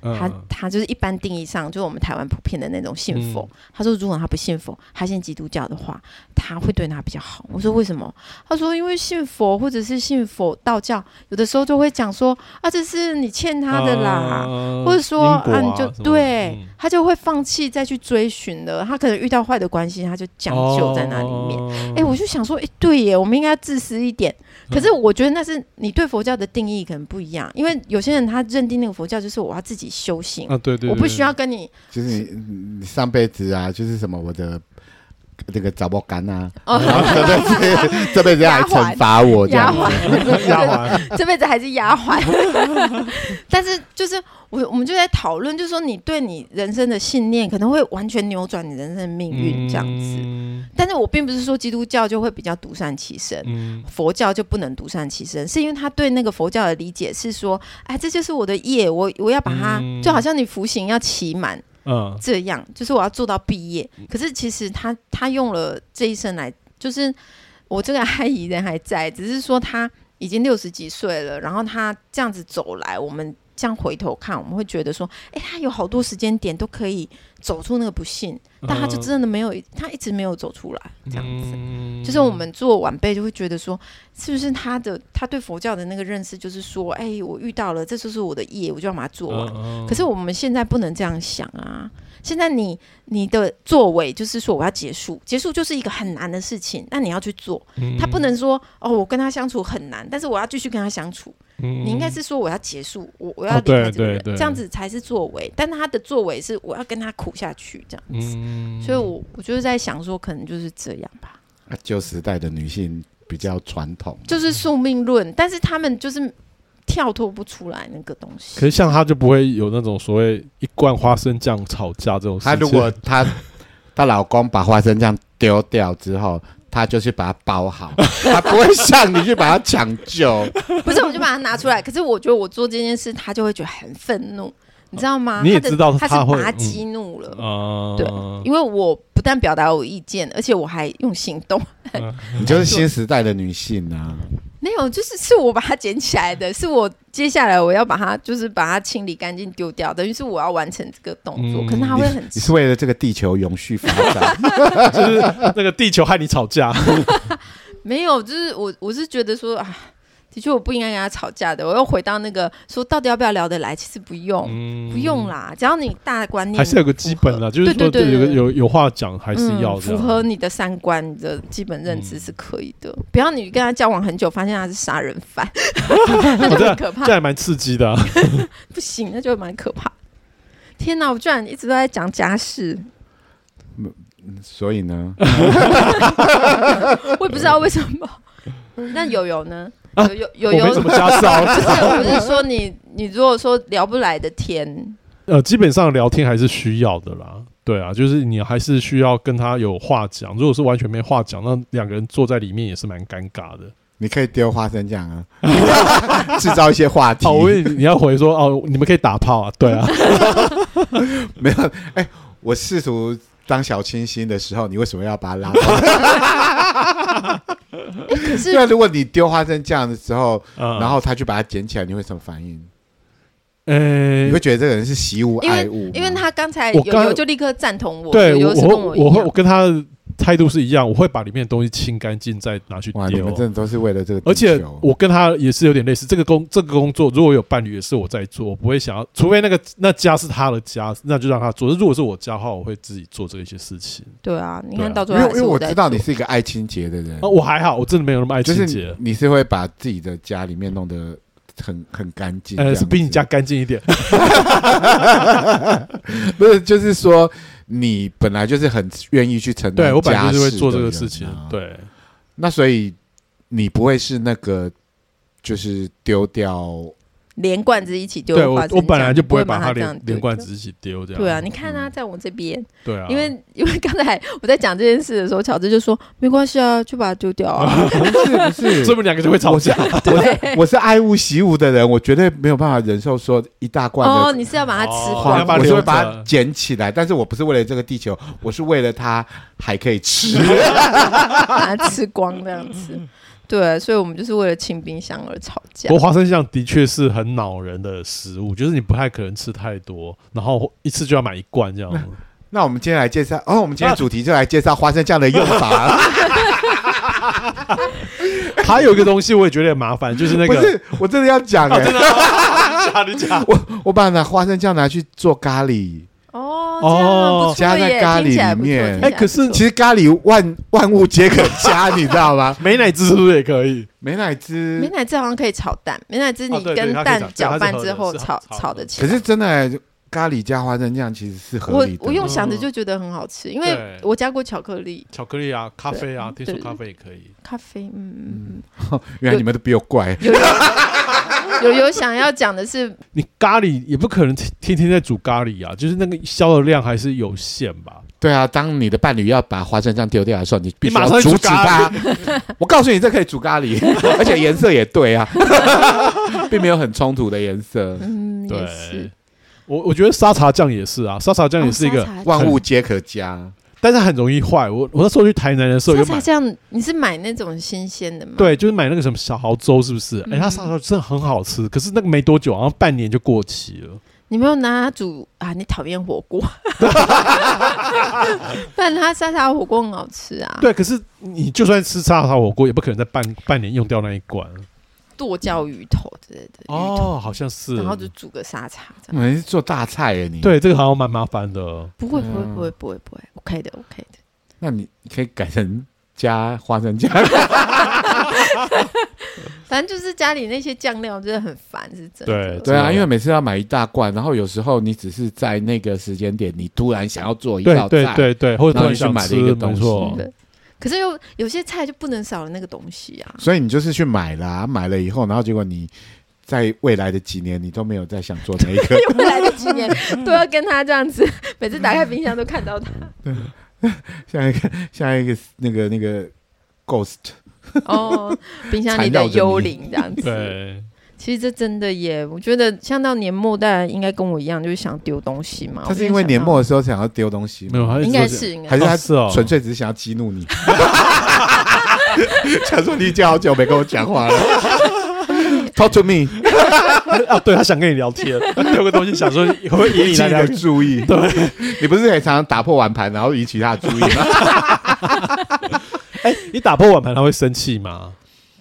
S1: 他
S2: 嗯
S1: 他就是一般定义上，就是我们台湾普遍的那种信佛。他说，如果他不信佛，他信基督教的话，他会对他比较好。我说为什么？他说因为信佛或者是信佛道教，有的时候就会讲说啊，这是你欠他的啦，
S2: 啊
S1: 或者说
S2: 因果啊
S1: 你就
S2: 什么的
S1: 对、
S2: 嗯
S1: 他就会放弃再去追寻了。他可能遇到坏的关系，他就将就在那里面。
S2: 哦
S1: 哎、我就想说，哎、对耶，我们应该自私一点。可
S2: 嗯
S1: 是我觉得那是你对佛教的定义可能不一样，因为有些人他认定那个佛教就是我要自己修行，
S2: 啊，对对，
S1: 我
S2: 对
S1: 不需要，跟
S2: *laughs*
S1: 你
S3: 就是你你上辈子啊，就是什么我的那个找不干啊，
S1: 哦，
S3: 然后这辈子这辈子来惩罚我这
S1: 丫
S3: 样。
S1: 鬟，
S2: 对丫鬟，
S1: *laughs* 这辈子还是丫鬟。 *laughs* 但是就是我我们就在讨论，就是说你对你人生的信念可能会完全扭转你人生的命运这样子。
S2: 嗯
S1: 但是我并不是说基督教就会比较独善其身。
S2: 嗯
S1: 佛教就不能独善其身，是因为他对那个佛教的理解是说，哎，这就是我的业，我我要把它，
S2: 嗯
S1: 就好像你服刑要期满，
S2: 嗯
S1: 这样，就是我要做到毕业。可是其实他他用了这一生来，就是我这个阿姨人还在，只是说他已经六十几岁了，然后他这样子走来，我们这样回头看，我们会觉得说，哎、他有好多时间点都可以走出那个不幸，但他就真的没有，他一直没有走出来，这样子。
S2: 嗯
S1: 就是我们做晚辈就会觉得说，是不是他的他对佛教的那个认识就是说，哎、我遇到了，这就是我的业，我就要把它做完。
S2: 嗯
S1: 可是我们现在不能这样想啊！现在你你的作为就是说我要结束，结束就是一个很难的事情，那你要去做。
S2: 嗯
S1: 他不，能说哦，我跟他相处很难，但是我要继续跟他相处。
S2: 嗯
S1: 你应该是说我要结束，我我要
S2: 哦
S1: 离开
S2: 对
S1: 这个人，
S2: 对对
S1: 这样子才是作为。但他的作为是我要跟他苦下去这样子。
S2: 嗯
S1: 所以我我就是在想说，可能就是这样吧。
S3: 啊旧时代的女性比较传统，
S1: 就是宿命论，但是他们就是跳脱不出来那个东
S2: 可
S1: 西。
S2: 是像他就不会有那种所谓一罐花生酱吵架这种事情。
S3: 她如果她她老公把花生酱丢掉之后。她就去把它包好，她不会像你去把它抢救。
S1: 不是，我就把它拿出来。可是我觉得我做这件事，他就会觉得很愤怒，你知道吗？
S2: 你也
S1: 他的
S2: 知道
S1: 他
S2: 他
S1: 是
S2: 会
S1: 把他
S2: 嗯
S1: 激怒了，
S2: 啊，
S1: 对因为我不但表达我意见，而且我还用行动。 *laughs*
S3: 你就是新时代的女性啊，
S1: 没有，就是是我把它捡起来的，是我接下来我要把它，就是把它清理干净丢掉，等于是我要完成这个动作。
S2: 嗯
S1: 可是他会很
S3: 你是为了这个地球永续发展， *laughs*
S2: 就是那个地球害你吵架，
S1: 没有，就是我我是觉得说啊，的确我不应该跟他吵架的。我又回到那个说到底要不要聊得来，其实不用，
S2: 嗯
S1: 不用，啦，只要你大观念
S2: 还是有个基本的，就是
S1: 对
S2: 说
S1: 对对
S2: 有个
S1: 对
S2: 有有话讲还
S1: 还
S2: 是要这
S1: 嗯符
S2: 样
S1: 合你的三观、你的基本认知是可以
S2: 嗯
S1: 的。不要你跟他交往很久，发现他是杀人
S2: *laughs*
S1: 犯， *laughs* 那就
S2: 这
S1: 很
S2: 样
S1: 可怕
S2: 啊这，还蛮刺激的啊。
S1: 不行，那就蛮可怕。天哪，我居然一直都在讲家事，
S3: 所以呢，
S1: 我也不知道为什么。 *laughs* 那友友呢？友友友
S2: 啊我没
S1: 友，*laughs*
S2: 什
S1: 就
S2: 么家事啊，
S1: 是我不是说你，你如果说聊不来的天，
S2: 呃，基本上聊天还是需要的啦。对啊，就是你还是需要跟他有话讲。如果是完全没话讲，那两个人坐在里面也是蛮尴尬
S3: *laughs*
S2: 的。
S3: 你可以丢花生酱啊， *laughs* 制造一些话题。
S2: 哦，我以为 *laughs* 你要回说哦，你们可以打炮啊，对啊，
S3: *laughs* 没有，哎、我试图当小清新的时候，你为什么要把它
S2: *laughs*
S3: 拉到？
S1: 哎，可是
S3: 对啊，如果你丢花生酱的时候，
S2: 嗯
S3: 然后他去把它捡起来，你会什么反应？
S2: 呃
S3: 你会觉得这个人是习武
S1: 因为
S3: 爱物，
S1: 因为他刚才
S2: 我
S1: 有
S2: 刚
S1: 有就立刻赞同我，
S2: 对
S1: 有
S2: 我
S1: 有是跟
S2: 会
S1: 一
S2: 我会我
S1: 样，
S2: 跟他的态度是一样，我会把里面的东西清干净再拿去
S3: 哇，你们
S2: 丢。
S3: 真的都是为了这个
S2: 而
S3: 地球，
S2: 且我跟他也是有点类似，这个工这个工作如果有伴侣也是我在做，我不会想要，除非那个那家是他的家，那就让他做。如果是我家的话，我会自己做这一些事情。
S1: 对啊，你
S2: 对
S1: 看
S2: 啊
S1: 到
S3: 因
S1: 最
S3: 为
S1: 后还
S3: 因
S1: 是
S3: 为我
S1: 在
S3: 知道
S1: 做
S3: 你是一个爱清洁的人
S2: 啊，我还好，我真的没有那么爱
S3: 就
S2: 清
S3: 是你
S2: 洁，
S3: 你是会把自己的家里面弄得很很干净，
S2: 呃，
S3: 这
S2: 是
S3: 样
S2: 比你
S3: 子
S2: 家干净一点。
S3: *laughs* 不是，就是说你本来就是很愿意去承担、
S2: 对我本来就是会做这个事情，。对。
S3: 啊那所以你不会是那个就是丢
S2: *laughs*
S3: 掉，
S1: 连罐子一起丢
S2: 对
S1: 的
S2: 我
S1: 话，是
S2: 我
S1: 这
S2: 本
S1: 样
S2: 来就不
S1: 不
S2: 会把
S1: 把
S2: 它
S1: 这样
S2: 连
S1: 丢
S2: 连贯
S1: 掉
S2: 子一起丢这样。
S1: 对啊，你看啊，在我这边，
S2: 对啊，
S1: 因为 *laughs* 因为刚才我在讲这件事的时候，乔治就说没关系啊，就把它丢掉啊。
S3: 不是不是，
S2: 这么两个就会吵架。
S3: 我是我是爱物习物的人，我绝对没有办法忍受说一大 *laughs* 罐
S1: 哦，
S3: 的
S1: 你是要把它吃
S2: 哦
S1: 光
S2: 要把它留
S3: 我是
S2: 着
S3: 会把它捡起来，但是我不是为了这个地球，我是为了它还可以吃。
S2: *laughs*
S1: 把它吃光这样子。对，所以我们就是为了清冰箱而吵架
S2: 不。过花生酱的确是很恼人的食物，就是你不太可能吃太多，然后一次就要买一罐这样子。
S3: 那我们今天来介绍，哦，我们今天主题就来介绍花生酱的用法。
S2: 还有一个东西我也觉得很麻烦， *laughs* 就是那
S3: 不
S2: 个哦啊
S3: 是，我真的要讲哎、
S2: *laughs* 假的假
S3: 我我把那花生酱拿去做咖喱。
S1: 哦，这样不错
S2: 哦
S1: 耶，
S3: 加在咖喱
S1: 听起来不错
S3: 里面
S1: 听起来
S2: 哎可是
S1: 不错
S3: 其实咖喱万万物皆可加，你知道吗？
S2: 美乃滋是不是也可以？
S3: *laughs* 美乃
S1: 美
S3: 滋，
S1: 乃滋好像可以炒蛋，美乃滋
S2: 哦
S1: 你
S2: 对对
S1: 跟
S2: 它可以
S1: 蛋
S2: 炒
S1: 搅
S2: 对它
S1: 拌
S2: 是合
S1: 之
S2: 的
S1: 后
S2: 是
S1: 炒
S2: 炒
S1: 炒
S2: 的
S1: 的起
S3: 可
S1: 来。
S3: 是真的咖喱加花生酱其实是合
S1: 我
S3: 理的。
S1: 我用
S2: 嗯
S1: 想着就觉得很好吃，因为
S2: 对
S1: 我加过巧克力
S2: 巧克力啊，咖啡啊，听
S1: 对
S2: 说咖啡也可以。
S1: 咖啡，嗯嗯
S3: 原来你们都比我怪。
S1: 嗯，有有 *laughs* 有有想要讲的是，
S2: 你咖喱也不可能天天天在煮咖喱啊，就是那个消的量还是有限吧。
S3: 对啊，当你的伴侣要把花生酱丢掉的时候，你必
S2: 你
S3: 须
S2: 马
S3: 要
S2: 上
S3: 阻
S2: 煮
S3: 止他。我告诉你，这可以煮咖 *laughs* 喱，而且颜色也对啊， *laughs* 并没有很冲突的颜色。
S1: 嗯，也是
S2: 对，我我觉得沙茶酱也是啊，沙茶酱也是一个
S1: 哦沙茶
S3: 万物皆可加，
S2: 但是很容易坏。我我那时候去台南的时候
S1: 沙
S2: 有
S1: 茶
S2: 买，
S1: 酱，你是买那种新鲜的吗？，
S2: 对，就是买那个什么小蚝粥，是不是？哎、
S1: 嗯
S2: 它沙茶真的很好吃，可是那个没多久，好像半年就过期了。
S1: 你没有拿它煮啊？你讨厌火锅， *laughs* 不然它沙茶火锅很好吃啊。
S2: 对，可是你就算吃沙茶火锅，也不可能在半半年用掉那一罐。
S1: 剁椒鱼头之类的鱼头，
S2: 哦，好像是。
S1: 哎
S2: 嗯
S1: 然后就煮个沙茶这
S3: 你
S1: 样。
S3: 们是做大菜耶、你，
S2: 对，这个好像蛮麻烦的。
S1: 不会不会
S3: 嗯
S1: 不会不会不会，OK 的 OK 的。
S3: 那你可以改成加花生酱。
S1: 反正就是家里那些酱料真的很烦，是真的。
S2: 对
S3: 对啊，
S2: 对
S3: 因为每次要买一大罐，然后有时候你只是在那个时间点，你突然想要做一
S2: 对
S3: 道菜，
S2: 对对对，或者突
S3: 然后
S2: 然
S3: 你去
S2: 想
S3: 买了
S2: 吃，
S3: 一个东
S2: 没
S3: 西
S2: 错。
S1: 对可是又有些菜就不能少了那个东西啊。
S3: 所以你就是去买啦、买了以后，然后结果你在未来的几年，你都没有再想做那一个。
S1: 未来的几年都要跟他这样子， *laughs* 每次打开冰箱都看到他。
S3: 下一个，下一个那个那个 ghost，
S1: 哦，冰箱里的幽灵这样子。，
S2: 对，
S1: 其实这真的耶，我觉得像到年末，大家应该跟我一样，就是想丢东西嘛。
S3: 他是因为年末的时候想要丢东西吗，
S2: 没有，他
S1: 我就
S2: 一直
S1: 想到，应该
S2: 都这样
S1: 是应该
S3: 还是他
S2: 哦是哦
S3: 纯粹只是想要激怒你。 *laughs* 想说你已经好久没跟我讲话了，Talk to me，
S2: 啊，对他想跟你聊
S1: *laughs*
S2: 天，丢个东西 *laughs* 想说会不会引
S3: 引
S2: 你
S3: 起
S2: 来
S3: 你
S2: 聊
S3: 的
S2: 天。
S3: 注意。对，你不是也常常打破碗盘，然后引起他的注意吗？
S2: 哎、你打破碗盘他会生气吗？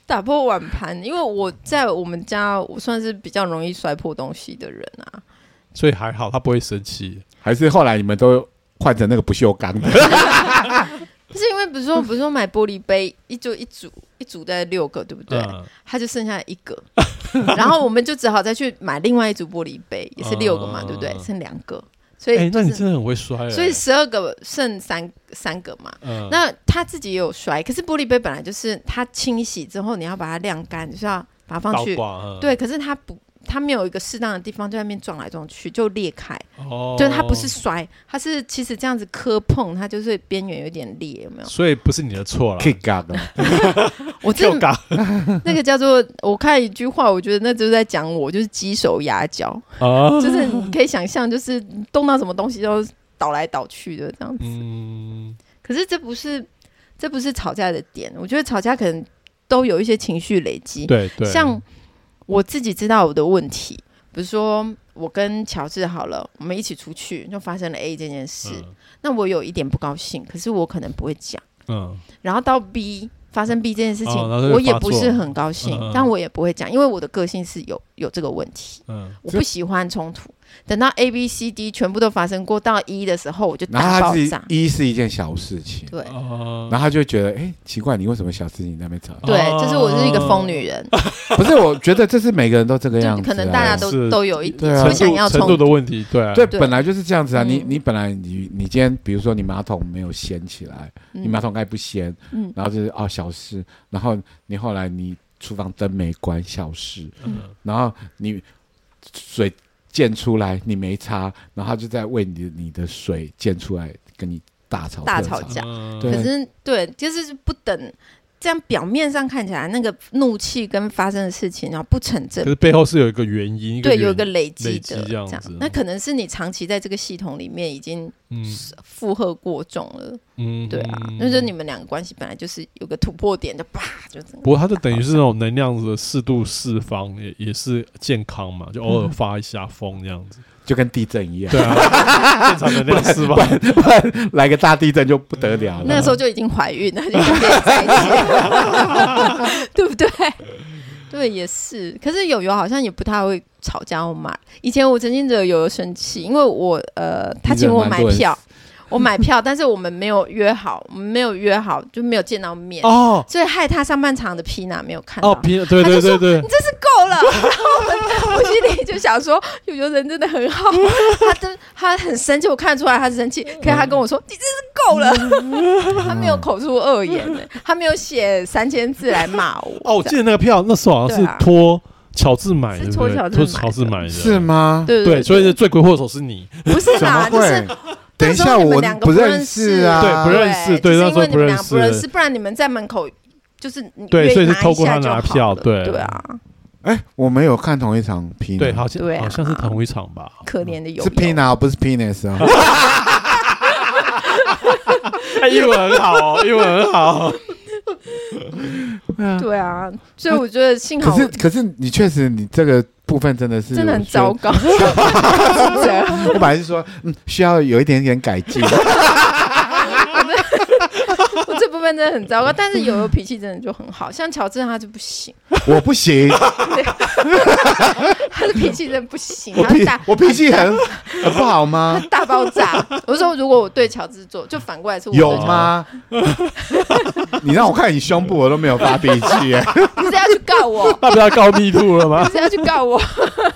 S1: 打破碗盘，因为我在我们家，我算是比较容易摔破东西的人啊。
S2: 所以还好，他不会生气。
S3: 还是后来你们都换成那个不锈钢
S1: *laughs*
S3: 的？
S1: 不是因为，比如说，比如说买玻璃杯，一就一组，一组大概六个，对不对？
S2: 嗯
S1: 他就剩下一个， *laughs* 然后我们就只好再去买另外一组玻璃杯，也是六个嘛，
S2: 嗯
S1: 对不对？剩两个，所
S2: 哎、
S1: 以、
S2: 那
S1: 就是
S2: 你真的很会摔、欸。
S1: 所以十二个剩三三个嘛。
S2: 嗯，
S1: 那他自己也有摔，可是玻璃杯本来就是它清洗之后你要把它晾干，就是要把它放
S2: 倒
S1: 去。
S2: 挂，嗯，
S1: 对，可是它不，它没有一个适当的地方，就在那边撞来撞去就裂开，
S2: 哦，
S1: 就是它不是摔，它是其实这样子磕碰，它就是边缘有点裂，有没有？
S2: 所以不是你的错啦。
S3: 可以嘎的，
S1: *laughs* 我真的
S2: 嘎，
S1: 那个叫做，我看一句话，我觉得那就是在讲我，就是鸡手鸭脚，
S2: 啊，
S1: *laughs* 就是
S2: *laughs*
S1: 你可以想象，就是动到什么东西都倒来倒去的这样子。
S2: 嗯，
S1: 可是这不是这不是吵架的点，我觉得吵架可能都有一些情绪累积。
S2: 对对，
S1: 像我自己知道我的问题，比如说我跟乔治好了，我们一起出去，就发生了 A 这件事，
S2: 嗯
S1: 那我有一点不高兴，可是我可能不会讲。
S2: 嗯
S1: 然后到 B 发生 B 这件事情，
S2: 哦然后就
S1: 我也
S2: 发作
S1: 不是很高兴，
S2: 嗯嗯嗯
S1: 但我也不会讲，因为我的个性是有有这个问题，
S2: 嗯，
S1: 我不喜欢冲突。等到 A、B、C、D 全部都发生过，到 E 的时候，我就
S3: 然后
S1: 大
S3: 他
S1: 爆
S3: 自己
S1: 炸。
S3: 一是一件小事情，
S1: 对
S2: 哦
S3: 然后他就觉得，哎，奇怪，你为什么小事情在那边吵？
S1: 对，就是我是一个
S2: 哦
S1: 疯女人，
S3: 不是，我觉得这是每个人都这个样
S1: 就
S3: 子啊，
S1: 可能大家都
S2: 是
S1: 都有一
S3: 对啊
S1: 点不想要
S2: 程
S1: 冲
S2: 度
S1: 突。
S2: 的问题，对啊
S3: 对，
S1: 对
S3: 本来就是这样子啊。你
S1: 嗯
S3: 你本来你你今天比如说你马桶没有掀起来，你马桶盖不掀，
S1: 嗯
S3: 然后就是哦小事，然后你后来你厨房灯没关小事，
S2: 嗯
S3: 然后你水溅出来你没擦，然后他就在为你你的水溅出来跟你大吵
S1: 大
S3: 特
S1: 吵架
S2: 嗯
S3: 对
S1: 可是对，就是不等，这样表面上看起来那个怒气跟发生的事情，然后不成正
S2: 可是背后是有一个原因，
S1: 对，
S2: 原
S1: 有一个累积
S2: 累
S1: 的
S2: 积这样子
S1: 那可能是你长期在这个系统里面已经
S2: 嗯
S1: 负荷过重了，
S2: 嗯，
S1: 对啊，
S2: 嗯
S1: 那就是你。们两个关系本来就是有个突破点，就啪就整
S2: 不
S1: 个
S2: 过它就等于是那种能量的适度释放，也也是健康嘛，就偶尔发一下疯这样子。
S3: 就跟地震一样
S2: 对，啊， *laughs* 正常能量释放。
S3: 来个大地震就不得了
S1: 嗯那
S3: 了
S1: 个。时候就已经怀孕了，就有点在一
S3: *laughs*
S1: 起，对不对？对，也是。可是友友好像也不太会吵架或骂。以前我曾经惹友友生气，因为我呃，他请我买
S3: 你惹蛮多人
S1: 票，我买票，但是我们没有约好，我们没有约好，就没有见到面。 *laughs*
S2: 哦
S1: 所以害他上半场的皮娜没有看到。
S2: 哦，平对对对对，
S1: 够了， *laughs* 然后我心里就想说，有有人真的很好，他真他很生气，我看得出来他是生气，
S3: 嗯
S1: 可是他跟我说，你真是够了，
S3: *laughs*
S1: 他没有口出恶言、欸，
S3: 嗯
S1: 他没有写三千字来骂我。
S2: 哦，我
S1: 这
S2: 记
S1: 样
S2: 得那个票那时候好像
S1: 对
S2: 是
S1: 啊
S2: 托乔治买的，
S1: 是
S2: 对不对
S1: 托乔治
S2: 托
S1: 买的
S2: 乔治买的，
S3: 是吗？
S1: 对
S2: 对，
S1: 对，
S2: 所以罪魁祸首是你，
S1: 不是
S3: 怎么
S1: 啦，就是
S3: 会？等一
S1: 那时
S3: 下，
S1: 候你们
S3: 我
S1: 两个
S3: 不
S1: 不
S3: 认
S1: 认
S3: 识
S1: 识
S3: 啊，
S2: 对不认识
S1: 就
S2: 对
S1: 是
S2: 那时
S1: 因
S2: 候
S1: 为你
S2: 不
S1: 们
S2: 认
S1: 俩不认
S2: 识
S1: 识，不然你们在门口就是你
S2: 对
S1: 愿意
S2: 所以是
S1: 拿一
S2: 透过
S1: 下
S2: 他
S1: 就
S2: 拿
S1: 好
S2: 票
S1: 了
S2: 对
S1: 对啊，
S3: 哎，我们有看同一场 p i
S2: 对，好像
S1: 对啊
S2: 好像是同一场吧。
S1: 可怜的友
S3: 是 p i
S1: 友
S3: n。啊，不是 penis *laughs* 啊。
S2: 哎， *laughs* 英文很好哦，英文很好。
S1: 对啊，所以我觉得幸好
S3: 可
S1: 我
S3: 是可是你确实你这个部分真的是
S1: 真的很糟
S3: 糟。
S1: 糕， *laughs* 是这样
S3: *laughs*
S1: *laughs*
S3: 我本来是说，嗯，需要有一点点改进。
S1: *laughs* 我这部分真的很糟糕，但是友友脾气真的就很好，像乔治他就不行，
S3: 我不行，
S1: 他的脾气真的不行，
S3: 我
S1: 他
S3: 脾
S1: 大
S3: 我脾气很很不好吗？
S1: 大爆炸。我说如果我对乔治做，就反过来是我对
S3: 有啊
S1: 乔
S3: 吗？你让我看你胸部，我都没有发脾气耶。
S1: 治？你是要去告我？
S2: *laughs* 那不要告密兔了吗
S1: 你？是要去告我？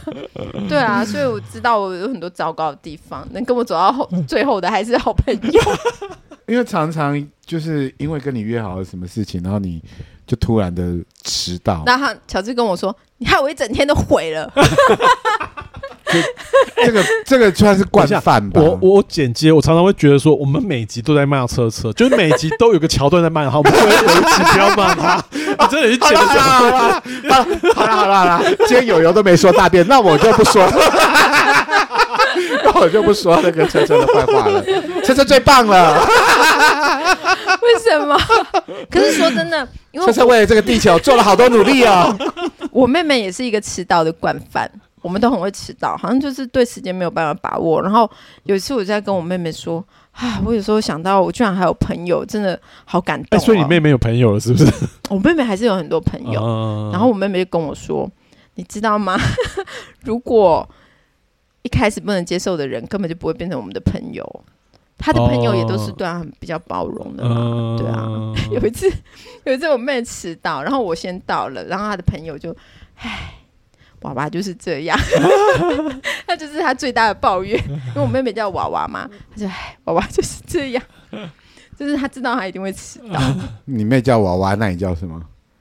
S1: *laughs* 对啊，所以我知道我有很多糟糕的地方，能跟我走到后最后的还是好朋
S3: *laughs*
S1: 友。
S3: 因为常常就是因为跟你约好了什么事情，然后你就突然的迟到，
S1: 然后他乔治跟我说：“你害我一整天都毁了。 *laughs*
S3: 这个这个算是惯犯吧？
S2: 我我剪接，我常常会觉得说，我们每集都在骂车车，就是每集都有个桥段在骂他，我们就会有一集不要骂
S1: *laughs*
S2: 他。你真的去剪
S3: 好啦
S2: 的
S3: 好啦好啦好啦好啦好啦，今天友友都没说大便，那我就不说了，那我就不说那个车车的坏话了，车车最棒了，”
S1: 为什么？可是说真的，因为
S3: 车车为了这个地球做了好多努力哦。
S1: 我妹妹也是一个迟到的惯犯，我们都很会迟到，好像就是对时间没有办法把握。然后有一次我在跟我妹妹说，啊，我有时候想到我居然还有朋友，真的好感动、
S2: 哎，
S1: 哦
S2: 所以你妹妹有朋友了，是不是？
S1: 我妹妹还是有很多朋友。
S2: 嗯
S1: 然后我妹妹就跟我说，你知道吗？ *laughs* 如果一开始不能接受的人，根本就不会变成我们的朋友。她的朋友也都是
S2: 哦
S1: 对她很比较包容的嘛。
S2: 嗯
S1: 对啊 *laughs* 有一次，有一次我妹迟到，然后我先到了，然后她的朋友就，唉，娃娃就是这样， *laughs* 她就是她最大的抱怨， *laughs* 因为我妹妹叫娃娃嘛，她就唉，娃娃就是这样， *laughs* 就是她知道她一定会迟
S3: *laughs*
S1: 到。
S3: 你妹叫娃娃，那你叫什么？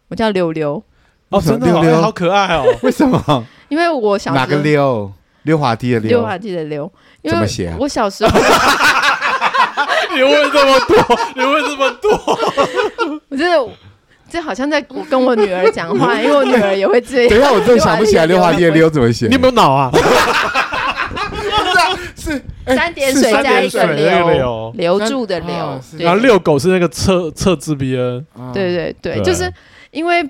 S1: 我叫溜溜，
S2: 哦，真的哦
S3: 溜溜
S2: 哎好
S1: *laughs*
S2: 可爱哦。
S3: 为什么？
S1: 因为我小
S3: 哪
S1: 时
S3: 个
S1: 候
S3: 溜？溜滑梯的
S1: 溜
S3: 溜？
S1: 啊，记得溜，因
S3: 怎么
S1: 为
S3: 写啊
S1: 我小时候
S2: 你问这么多，你问这么多，
S1: 我真的。这好像在我跟我女儿讲话，因为我女儿也会这
S3: 等一
S1: 样。
S3: 下，我真的想不起来溜滑梯的溜怎么写。
S2: 你有没有脑啊？
S3: 是
S2: 哎
S1: 三点水
S3: 是
S1: 加一
S3: 三
S1: 个
S3: 点
S2: 水那
S1: 留
S2: 个溜，
S1: 留住的
S3: 三
S1: 留
S3: 哦，是
S1: 对
S3: 啊嗯
S2: 然后遛狗是那个侧侧字鼻 N，
S1: 对对对，
S2: 对
S1: 就是因为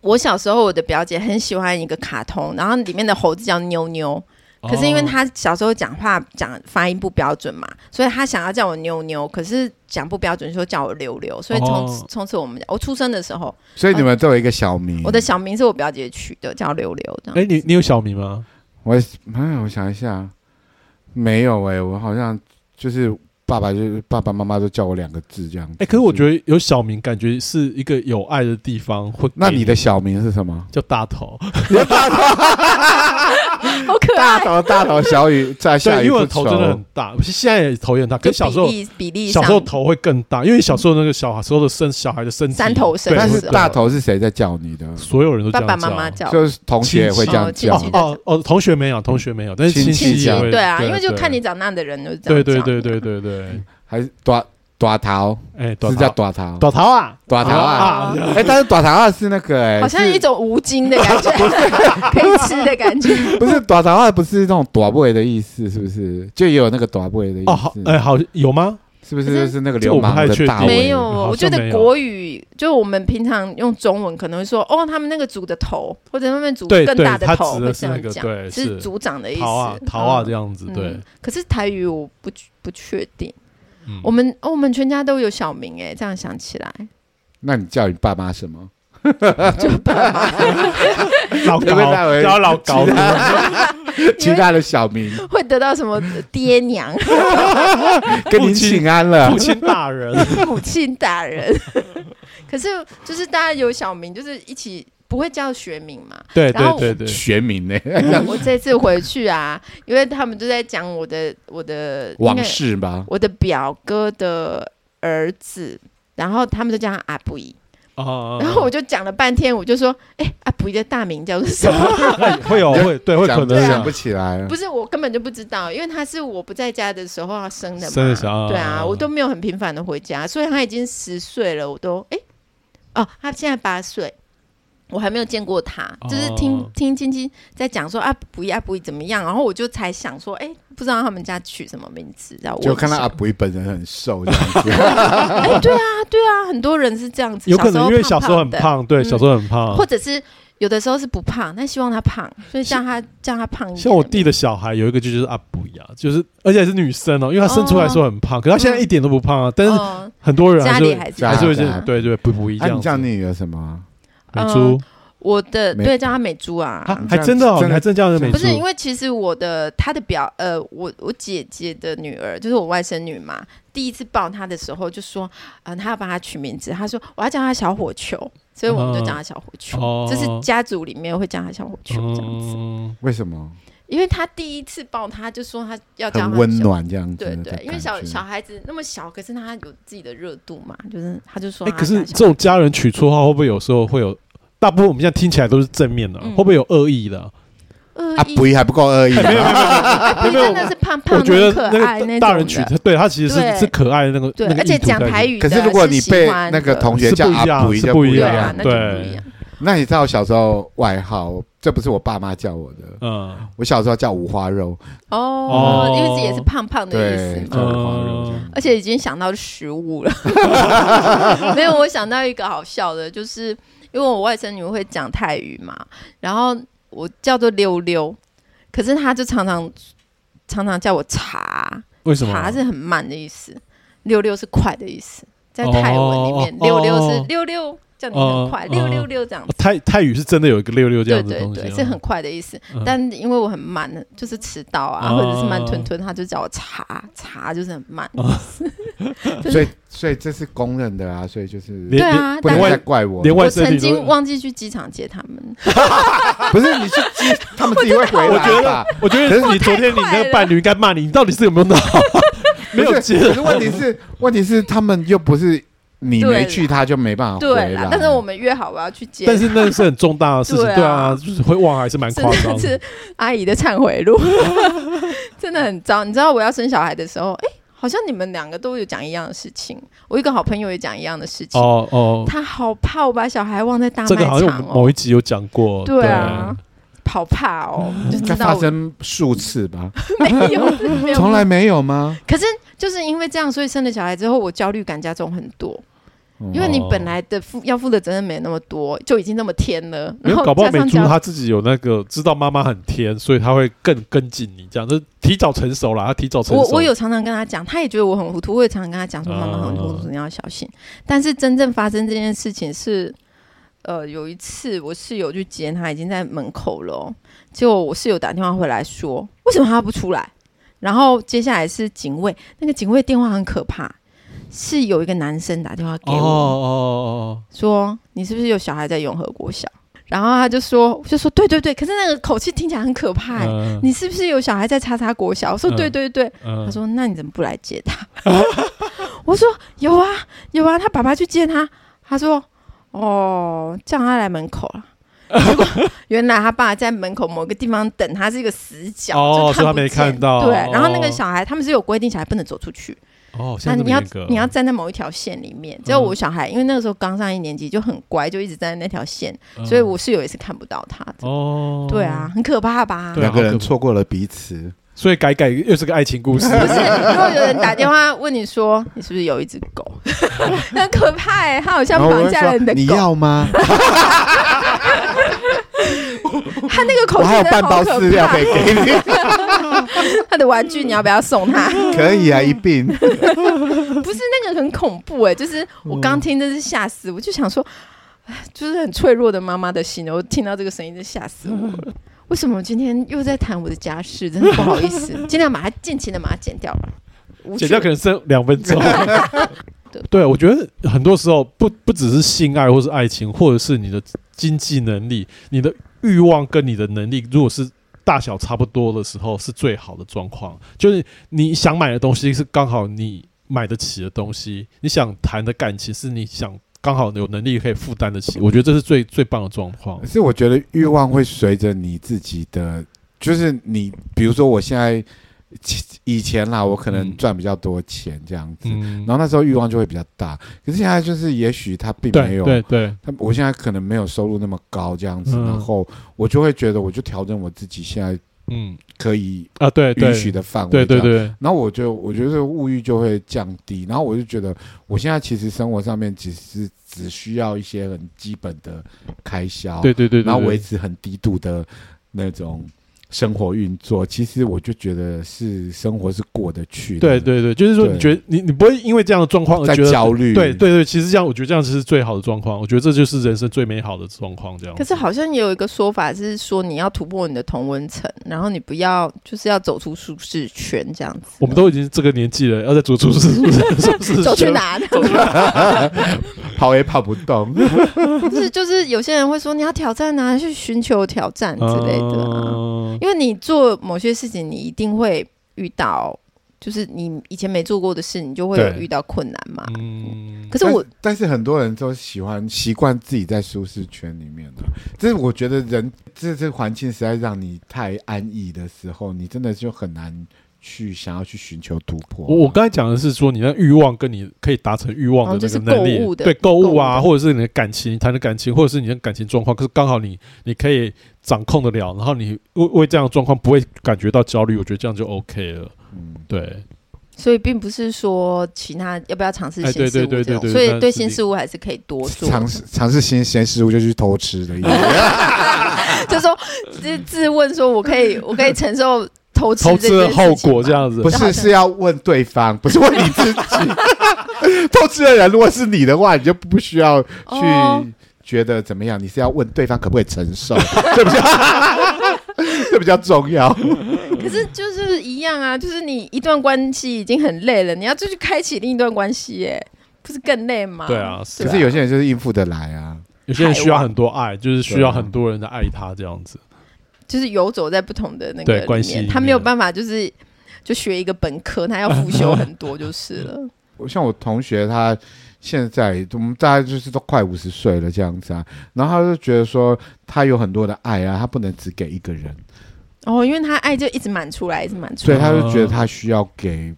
S1: 我小时候我的表姐很喜欢一个卡通，然后里面的猴子叫妞妞，可是因为
S2: 哦
S1: 她小时候讲话讲发音不标准嘛，所以她想要叫我妞妞，可是讲不标准说叫我溜溜，所以从此
S2: 哦
S1: 从此我们我出生的时候，
S3: 所以你们都有一个小名。
S1: 我的小名是我表姐取的，叫溜溜这样。
S2: 哎、你你有小名吗？
S3: 我哎，我想一下，没有哎、我好像就是爸爸就是爸爸妈妈都叫我两个字这样子。
S2: 哎、可是我
S3: 得，
S2: 觉得有小名，感觉是一个有爱的地方会给。
S3: 那你的小名是什么？
S2: 叫大头，哎
S1: 好可
S3: 大
S1: 爱。
S3: 头大头小雨在下
S2: 对，
S3: 雨
S2: 因为
S3: 不
S2: 我头真的很
S3: 愁。
S2: 大，现在也头也很大，可是小时候
S1: 就比例比例
S2: 小
S1: 上
S2: 时候头会更大，因为小时候那个小时候的身小孩的身体
S1: 三头身
S2: 对
S3: 但是
S1: 是不是
S3: 大，头是谁在叫你的？
S2: 所有人都这
S1: 爸
S2: 样
S1: 爸妈妈
S2: 叫
S1: 叫。
S3: 就是同学也会这样
S1: 亲戚
S3: 叫
S1: 亲戚。
S2: 哦哦，同学没有，同学没有，但是
S3: 亲戚
S2: 戚也
S3: 叫
S2: 会
S1: 对啊，因为就
S2: 对
S1: 看你长大的人就是这
S2: 对
S1: 样。
S2: 对对对。对对，
S3: 还是短短桃，
S2: 哎，短
S3: 是叫
S2: 头
S3: 短桃，
S2: 短头啊，
S3: 短桃啊！
S2: 啊，
S3: 哎，但是短桃啊是那个哎，
S1: *laughs* 好像
S3: 是
S1: 一种无精的
S2: *laughs*
S1: 感觉，可以吃的感觉。
S3: 不是短桃啊，不是那种短尾的意思，是不是？就也有那个短尾的意
S2: 哦，好，
S3: 思，
S2: 哎，好有吗？
S3: 是不
S1: 可
S3: 是？
S1: 是
S3: 就是那个
S2: 这
S3: 流
S2: 我不
S3: 氓
S2: 太
S3: 的
S2: 确
S3: 大
S2: 定
S1: 没
S3: 尾。
S1: 有，
S2: 好像
S1: 我觉
S2: 没
S1: 得
S2: 有
S1: 国语就我们平常用中文可能会说，哦，他们那个组的头，或者他们组
S2: 对
S1: 更
S2: 对
S1: 大的
S2: 他
S1: 头，
S2: 指
S1: 会
S2: 的
S1: 这
S2: 是
S1: 样
S2: 那个
S1: 讲，
S2: 对
S1: 是
S2: 是
S1: 组长的意思。
S2: 桃啊，桃啊，
S1: 嗯
S2: 这样子，对
S1: 嗯，可是台语我不不确定，
S2: 嗯
S1: 我们哦我们全家都有小名哎，这样想起来，
S3: 那你叫你爸妈什么？
S2: 老
S3: 有没有带
S2: 高，
S3: 回
S2: 叫老高，
S3: 其他的
S1: *laughs*
S3: 小名
S1: 会得到什么爹娘、 *laughs*
S3: 跟您请安了
S2: 父。亲大人，
S1: *laughs* 母亲大人。 *laughs* 可是就是大家有小名，就是一起不会叫学名嘛，
S2: 对
S1: 然后
S2: 对 *laughs* 对对，
S3: 学名呢？
S2: 嗯
S1: 我这次回去啊，因为他们都在讲我的我的
S3: 往，
S1: 应
S3: 事吧
S1: 该。我的表哥的儿子，然后他们就叫他阿布依，
S2: 啊，
S1: 然后我就讲了半天，我就说，哎、阿布依的大名叫做什
S2: *laughs*
S1: 么？
S2: 会会有会对会可
S3: 想
S2: 能啊
S3: 想
S2: 想
S3: 不起来啊了
S1: 不。是，我根本就不知道，因为他是我不在家的时候他生的嘛，
S2: 生的哦小孩
S1: 对啊，我都没有很频繁的回家，所以他已经十岁了，我都哎、哦，他现在八岁。我还没有见过他，就是听、
S2: 哦
S1: 听亲戚在讲说啊不一啊不一怎么样，然后我就才想说，哎、不知道他们家取什么名字，然后
S3: 就看到阿
S1: 啊，
S3: 布本人很瘦
S2: *laughs*
S3: 这样子，
S1: 哎、对啊对啊，很多人是这样子，
S2: 有可能因为小时候很
S1: 的，
S2: 胖，对，
S1: 嗯
S2: 小时候很胖
S1: 或。者是有的时候是不胖，但希望他胖，所以叫他叫他胖一点。哦
S2: 像我弟的小孩有一个就就是阿布雅，就是而且还是女生哦，因为她生出来的时候很胖，可她现在一点都不胖啊。但是
S1: 嗯哦
S2: 很多人
S1: 家
S2: 还
S1: 里
S2: 是
S1: 还是啊
S3: 家
S2: 还是会
S3: 家
S2: 是对对不不一
S3: 那
S2: 样
S3: 你叫
S2: 子。
S3: 你女儿什么啊？
S2: 美
S1: 嗯
S2: 珠
S1: 我的
S3: 美
S1: 对叫他美珠啊，
S2: 啊
S3: 你，这
S2: 还
S3: 样
S2: 真的哦，
S3: 真的
S2: 你还真叫人美
S1: 不
S2: 珠
S1: 是，因为其实我的她的表呃，我我姐姐的女儿就是我外甥女嘛，第一次抱她的时候就说，嗯、她要帮她取名字，她说我要叫她小火球，所以我们就叫她小火球，
S2: 哦
S1: 这是家族里面会叫她小火球这样子，
S2: 嗯
S3: 为什么？
S1: 因为她第一次抱她就说她要叫她
S3: 很
S1: 小
S3: 温。暖这样子
S1: 对
S3: 的感觉。
S1: 对，因为小小孩子那么小，可是她有自己的热度嘛，就是她就说
S2: 哎，
S1: 她
S2: 可
S1: 要叫
S2: 是
S1: 她小
S2: 这种家人取绰号会不会有时候会有？大部分我们现在听起来都是正面的啊，
S1: 嗯
S2: 会不会有恶意的啊？
S1: 恶
S3: 阿
S1: 意，
S3: 布还不够恶
S1: *laughs*
S3: 意吗？
S1: 哎不是真的是胖
S2: 我
S1: 胖
S2: 觉
S1: 的
S2: 得
S1: 可爱那
S2: 那
S1: 种
S2: 个大人取
S1: 的，
S2: 对他其实是
S1: 对
S2: 是可爱的那个，
S1: 对
S2: 那，个
S1: 而且
S2: 意图
S1: 讲
S2: 在里
S1: 台
S2: 面
S1: 语的
S3: 可
S1: 喜欢
S3: 是
S1: 的，
S3: 如果你被那个同学叫阿布
S2: 是
S3: 就
S2: 不一
S3: 一
S1: 对
S2: 样
S1: 啊，
S3: 样
S1: 那。就
S2: 对
S1: 不一样。
S3: 那你知道我小时候外号，这不是我爸妈叫我的，
S2: 嗯
S3: 我小时候叫五花肉，
S1: 哦，
S2: 哦嗯
S1: 因为这也是胖胖的意
S3: 对
S1: 思，嘛。哦
S3: 叫五花肉这样。
S1: 而且已经想到食物了，
S2: *laughs*
S1: 没有，我想到一个好笑的，就是因为我外甥女会讲泰语嘛，然后我叫做溜溜，可是她就常常常常叫我茶，
S2: 为什么？啊
S1: 茶是很慢的意思，溜溜是快的意思，在泰文里面
S2: 哦，
S1: 溜溜是
S2: 哦
S1: 溜溜，叫你很快，
S2: 哦
S1: 溜溜溜这样子
S2: 哦。泰泰语是真的有一个六六这
S1: 对
S2: 样子的
S1: 对
S2: 东西啊，
S1: 对，是很快的意思。
S2: 嗯
S1: 但因为我很慢，就是迟到啊，
S2: 哦
S1: 或者是慢吞吞，他就叫我查查，就是很慢。呃
S3: 所以所以这是公认的啊，所以就是
S1: 对
S2: 连
S1: 啊，
S3: 不
S1: 但
S3: 能
S2: 外
S3: 再怪我，
S2: 连
S1: 我
S2: 外甥
S1: 曾
S2: 女
S1: 经
S2: 都。
S1: 忘记去机场接他们。
S3: 不是你去接，他们自己会回
S2: 我觉
S3: 来吧
S2: 得？，我觉得你昨天你那个伴侣应该骂你，你到底是有没有闹？没有接
S3: 可是问题是，问题是他们又不是你
S1: 对
S3: 没
S1: 啦
S3: 去，他就没办法回
S1: 对
S3: 来
S1: 啦。，但是我们约好我要去接，
S2: 但是那个是很重大的事情，
S1: 对啊
S2: 对啊，就是会忘还是蛮
S1: 真
S2: 夸张
S1: 的
S2: 的。
S1: 是阿姨的忏悔录， *laughs* 真的很糟。你知道我要生小孩的时候，哎，好像你们两个都有讲一样的事情，我一个好朋友也讲一样的事情。
S2: 哦哦，
S1: 他好怕我把小孩忘在大
S2: 这
S1: 卖
S2: 个好像我
S1: 场
S2: 们
S1: 哦
S2: 某，一集有讲过。
S1: 对啊，好怕哦，就
S3: 应该
S1: 知道
S3: 发
S1: 我
S3: 生数次吧？
S1: 没
S2: *laughs*
S1: 有，没有
S3: 从来没有吗？
S1: 可是就是因为这样，所以生了小孩之后，我焦虑感加重很多。
S2: 哦
S1: 因为你本来的负要负的责任没那么多，就已经那么天了，
S2: 没
S1: 然
S2: 有，
S1: 后
S2: 搞不好
S1: 加
S2: 美
S1: 上
S2: 珠
S1: 讲
S2: 她自己有那个知道妈妈很甜，所以她会更跟进你这样，这提早成熟啦，她提早成熟。
S1: 我我有常常跟他讲，他也觉得我很糊涂，我也常常跟他讲说妈妈很糊涂，你
S2: 啊
S1: 要小心。但是真正发生这件事情是，呃，有一次我室友去接他，已经在门口了哦、结果我室友打电话回来说，为什么他不出来？然后接下来是警卫，那个警卫电话很可怕，是有一个男生打电话给
S2: 哦
S1: 我，
S2: 哦哦
S1: 说你是不是有小孩在永和国小？然后他就说，我就说对对对，可是那个口气听起来很可
S2: 哦
S1: 怕、欸，
S2: 哦，
S1: 你是不是有小孩在叉叉国小？我说
S2: 嗯
S1: 对对对，
S2: 他
S1: 他说：“那你怎么不来接他？” *laughs* 我说：“有啊，有啊，他爸爸去接他。”他说：“哦，叫他来门口
S2: *laughs*
S1: 了。”结果原来他爸在门口某个地方等他，是一个死角，
S2: 哦
S1: 就
S2: 所以他
S1: 不
S2: 没
S1: 见
S2: 看到
S1: 对，然后那个
S2: 哦
S1: 小孩他们是有规定，小孩不能走出去，
S2: 哦，现
S1: 那
S2: 在这
S1: 你
S2: 么
S1: 要
S2: 严格
S1: 你要站在某一条线里面。只有我小孩，因为那个时候刚上一年级，就很乖，就一直站在那条线，所以我室友也是看不到他的。
S2: 嗯哦，
S1: 对啊，，很可怕吧？
S2: 对啊
S3: 两个
S2: 好
S3: 人
S2: 可
S3: 错过了彼此，
S2: 所以改改又是个爱情
S1: *laughs*
S2: 故事，
S1: 不是，如果有人打电话问你说你是不是有一只狗， *laughs* 很可怕哎、他好像
S3: 然后我
S1: 绑
S3: 会
S1: 架了
S3: 说
S1: 你的
S3: 你
S1: 狗，
S3: 要
S1: *laughs*
S3: 吗？
S1: 他那个口
S3: 我
S1: 气
S3: 还有
S1: 真
S3: 半
S1: 的
S3: 包
S1: 好
S3: 饲
S1: 可
S3: 料
S1: 怕
S3: 可以，给 *laughs* 你，
S1: *laughs* 他的玩具你要不要送他？ *laughs*
S3: 可以啊，一并。
S1: 不是那个很恐怖哎、就是我刚听真是吓死，我就想说，哎就是很脆弱的妈妈的心，我听到这个声音就吓死我了。
S3: 嗯
S1: 为什么今天又在谈我的家事？真的不好意思，
S3: *laughs*
S1: 尽量把它尽情的把它剪掉吧。无
S2: 剪掉可
S1: 趣
S2: 能剩两分钟。对，我觉得很多时候不不只是性爱或是爱情，或者是你的经济能力、你的欲望跟你的能力，如果是大小差不多的时候，是最好的状况。就是你想买的东西是刚好你买得起的东西，你想谈的感情是你想刚好有能力可以负担得起。我觉得这是最最棒的状况
S3: 可。是我觉得欲望会随着你自己的，就是你，比如说我现在其以前啦，我可能
S2: 嗯
S3: 赚比较多钱这样子，
S2: 嗯
S3: 然，后那时候欲望就会比较大。可是现在就是，也许他并没
S2: 对
S3: 有，
S2: 对对，
S3: 他我现在可能没有收入那么高这样子，
S2: 嗯
S3: 然后我就会觉得，我就调整我自己现在
S2: 嗯
S3: 可以
S2: 啊，对对
S3: 允许的范围，
S2: 对对。对，
S3: 然后我就我觉得物欲就会降低，然后我就觉得我现在其实生活上面只是只需要一些很基本的开销，
S2: 对对对，
S3: 然后
S2: 对
S3: 维持很低度的那种生活运作，其实我就觉得是生活是过得去的。
S2: 对对对，就是说
S3: 对
S2: 你觉得你你不会因为这样的状况而
S3: 在
S2: 觉得
S3: 焦虑
S2: 对对对，其实这样我觉得这样是最好的状况，我觉得这就是人生最美好的状况。
S3: 哦
S2: 这样子，
S1: 可是好像也有一个说法是说，你要突破你的同温层，然后你不要就是要走出舒适圈这样子。
S2: 我们都已经这个年纪了，要再做出是是是是
S1: *laughs* 走去？哪？
S3: 跑也跑不动。
S1: 就是就是有些人会说你要挑战啊，去寻求挑战之类的、啊，
S2: 嗯
S1: 因为你做某些事情，你一定会遇到，就是你以前没做过的事，你就会有
S2: 对
S1: 遇到困难嘛。
S2: 嗯，
S1: 可是我
S3: 但，但是很多人都喜欢习惯自己在舒适圈里面的，这是我觉得人这这环境实在让你太安逸的时候，你真的就很难去想要去寻求突破。
S2: 我我刚才讲的是说，你那欲望跟你可以达成欲望
S1: 哦就
S2: 的那
S1: 是
S2: 个能力，
S1: 购物的
S2: 对购物啊，
S1: 购
S2: 或者是你的感情，你谈的感情，或者是你的感情状况，可是刚好你你可以掌控得了，然后你为为这样的状况不会感觉到焦虑，我觉得这样就 OK 了。
S3: 嗯，
S2: 对，
S1: 所以并不是说其他要不要尝试
S2: 哎
S1: 新
S2: 对
S1: 事物这
S2: 对对
S1: 种，
S2: 对对
S1: 所以
S2: 但是
S1: 对
S2: 你
S1: 新事物还是可以多做
S3: 尝试尝试新鲜事物就去偷吃的意思。
S1: *laughs* 就说自自问说，我可以，我可以承受
S2: *laughs*
S1: 偷吃
S2: 投
S1: 这
S2: 资
S1: 件
S2: 的
S1: 事
S2: 后
S1: 情
S2: 果
S1: 吗
S2: 这。样子，
S3: 不
S1: 好
S3: 是，
S1: 像
S3: 是要问对方，不是问你自己。 *laughs* 偷吃的人如果是你的话，你就不需要
S1: 哦
S3: 去觉得怎么样，你是要问对方可不可以承
S1: *laughs*
S3: 受，这比较 *laughs* 这比较重要。
S1: 啊可是就是一样啊，就是你一段关系已经很累了，你要就去开启另一段关系，耶，不是更累吗？
S2: 对啊，是
S3: 可是有些人就是应付得来啊，
S2: 有些人需
S1: 海
S2: 要
S1: 王
S2: 很多爱，就是需要很多人的爱他这样子。
S1: 就是游走在不同的那
S2: 对
S1: 个里
S2: 关系
S1: 面
S2: 里
S1: 他没有
S2: 面
S1: 办法就是就学一个本科，他要复修很多就是了。 *laughs*
S3: 我像我同学他现在我们大概就是都快五十岁了这样子啊，然后他就觉得说他有很多的爱啊，他不能只给一个人，
S1: 哦，因为他爱就一直满出来，一直满出
S3: 所以
S1: 来，
S3: 他就觉得他需要给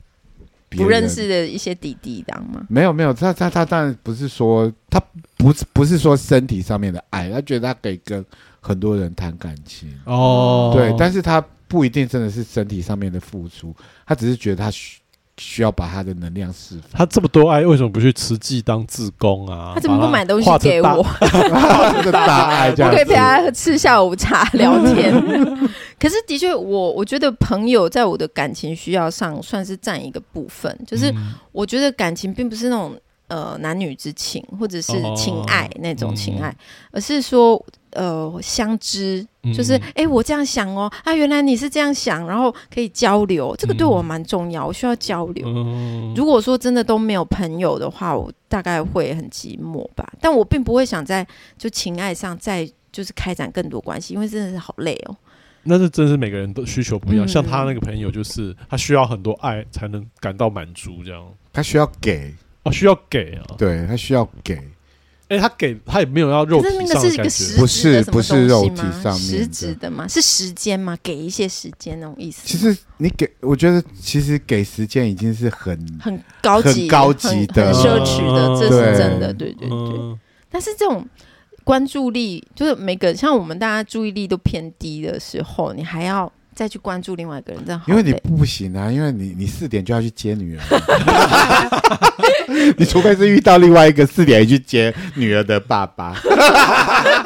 S3: 别
S1: 不认
S3: 人
S1: 识的一些弟弟，这样吗？
S3: 没有没有，他他他当然不是说他不是不是说身体上面的爱，他觉得他可以跟很多人谈感情，
S2: 哦
S1: 啊
S3: 对，但是他不一定真的是身体上面的付出，他只是觉得他需需要把他的能量释
S1: *laughs*
S3: 放。
S2: 他这么多爱，为什么不去慈济当志工啊？
S1: 他怎么不买东西
S2: 把它
S1: 给我？？
S3: 这个大爱这
S1: 我
S3: 样
S1: 可以
S3: 子
S1: 陪，他吃下午
S3: *laughs*
S1: 茶聊天。可是的确，我我觉得朋友在我的感情需要上算是占一个部分， *laughs* 就
S2: 就是
S3: 嗯
S1: 我觉得感情并不是那种呃男女之情或者是
S3: 哦
S1: 情爱那种
S3: 嗯
S1: 情爱，而是说呃相知，
S2: 嗯
S1: 就是
S3: 嗯
S1: 哎、诶我这样想哦啊原来你是这样想，然后可以交流，这个对
S3: 嗯
S1: 我蛮重要，我需要交流。
S2: 嗯
S1: 如果说真的都没有朋友的话，我大概会很寂寞吧。但我并不会想在就情爱上再就是开展更多关系，因为真的是好累哦。
S2: 那是真是每个人都需求不一样。
S1: 嗯
S2: 像他那个朋友，就是他需要很多爱才能感到满足，这样
S3: 他需要给，
S2: 哦，需要给啊。
S3: 对他需要给，
S2: 哎，他给他也没有要肉
S1: 可是
S2: 体
S1: 那
S2: 上
S1: 个是
S2: 的
S1: 一个
S2: 感
S1: 实
S2: 觉，
S3: 不
S1: 质的
S3: 是
S1: 什
S3: 不
S1: 么
S3: 是
S1: 东
S3: 肉
S1: 西
S3: 体
S1: 吗？
S3: 上面
S1: 实
S3: 的
S1: 质的吗？是时间吗？给一些时间那种意思吗？
S3: 其实你给，我觉得其实给时间已经是很
S1: 很高级、
S3: 很高级
S1: 很很
S3: 的
S1: 奢侈
S2: 嗯
S1: 的，这
S3: 对
S1: 是真的，对对对。
S2: 嗯，
S1: 但是这种关注力，就是每个像我们大家注意力都偏低的时候，你还要再去关注另外一个人，真的好
S3: 因为你
S1: 累哦
S3: 不行啊，因为你你四点就要去接女儿， *laughs* 你除非是遇到另外一个四点去接女儿的爸爸，
S1: *laughs*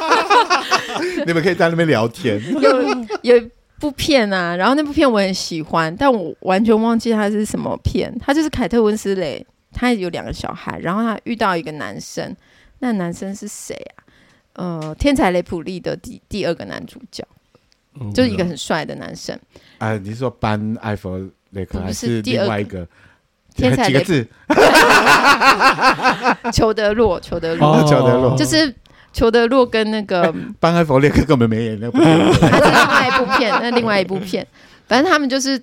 S3: 你们可以在那边聊天。
S1: *laughs* 有一部片啊，然后那部片我很喜欢，但我完全忘记它是什么片。它就是凯特温斯雷，她有两个小孩，然后她遇到一个男生，那男生是谁啊？呃，天才雷普利的第第二个男主角，
S2: 嗯
S1: 就是一个很帅的男生。 *laughs*
S3: 啊，你是说搬艾佛雷克
S1: 不
S3: 还
S1: 是
S3: 是
S1: 第
S3: 另
S1: 二
S3: 外一
S1: 个
S3: 个？
S1: 天才
S3: 几个
S1: 雷
S3: 字？
S1: 裘德洛，裘德洛，
S2: 哦，
S3: 乔德洛
S1: 就是裘德洛跟那个，
S3: 搬艾佛雷克根本没演那部电影
S1: 他是另外一部片， *laughs* 那另外一部片，反正他们就是，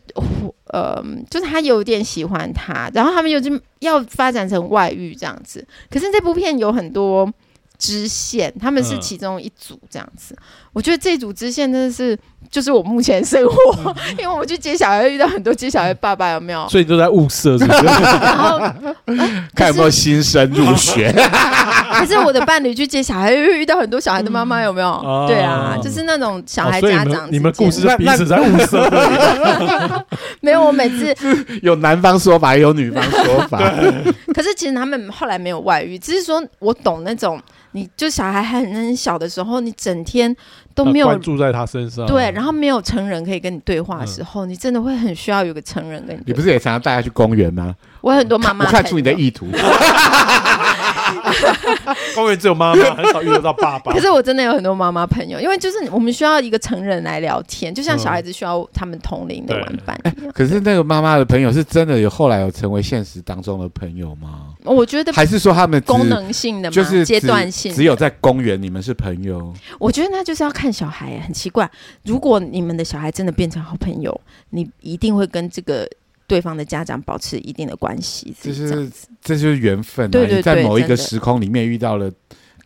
S1: 呃，就是他有点喜欢他，然后他们又就要发展成外遇这样子。可是这部片有很多支线，他们是
S2: 嗯
S1: 其中一组这样子。我觉得这组支线真的是，就是我目前生
S2: 嗯
S1: 活，因为我去接小孩遇到很多接小孩爸爸有没
S2: *laughs*
S1: 有？
S2: 所以你都在物色，
S1: *laughs*
S2: 是不是？
S1: 然后
S3: 看有没有新生入学。
S1: 可是我的伴侣去接小孩，又遇到很多小孩的妈妈，有没有？
S2: 哦
S1: 对啊，就是那种小
S2: 哦
S1: 孩
S2: 所以
S1: 家
S2: 你
S1: 长
S2: 们你们
S1: 之间
S2: 故事就彼此在物色，
S1: 没有，我每次
S3: *laughs* 有男方说法，也有女方说
S1: *laughs*
S3: 法。 *laughs*
S1: 可是其实他们后来没有外遇，只是说我懂那种，你就小孩还很很小的时候，你整天都没
S3: 啊
S1: 有
S2: 关。注在他身上。啊
S1: 对，然后没有成人可以跟你对话的时
S3: 嗯
S1: 候，你真的会很需要有个成人跟你
S3: 你
S1: 对
S3: 不
S1: 话。
S3: 是也常常带他去公园吗？
S1: 我有很多妈
S3: 我
S1: 妈，
S3: 嗯看出你的。意图。
S2: 公园只有妈妈，很少遇得到爸爸
S1: 可。是我真的有很多妈妈朋友，因为就是我们需要一个成人来聊天，就像小
S3: 嗯
S1: 孩子需要他们同龄的
S2: 对
S1: 玩伴一样。
S3: 可是那个妈妈的朋友是真的有后来有成为现实当中的朋友吗？
S1: 我觉得
S3: 还是说他们只
S1: 功能性的嘛，
S3: 就是
S1: 阶
S3: 只
S1: 段性的
S3: 只有在公园你们是朋友？
S1: 我觉得那就是要看小孩，很奇怪。如果你们的小孩真的变成好朋友，你一定会跟这个对方的家长保持一定的关系，
S3: 就是是
S1: 这样子。
S3: 这就是缘分、啊。
S1: 对对
S3: 你在
S1: 对
S3: 某一个
S1: 真的
S3: 时空里面遇到了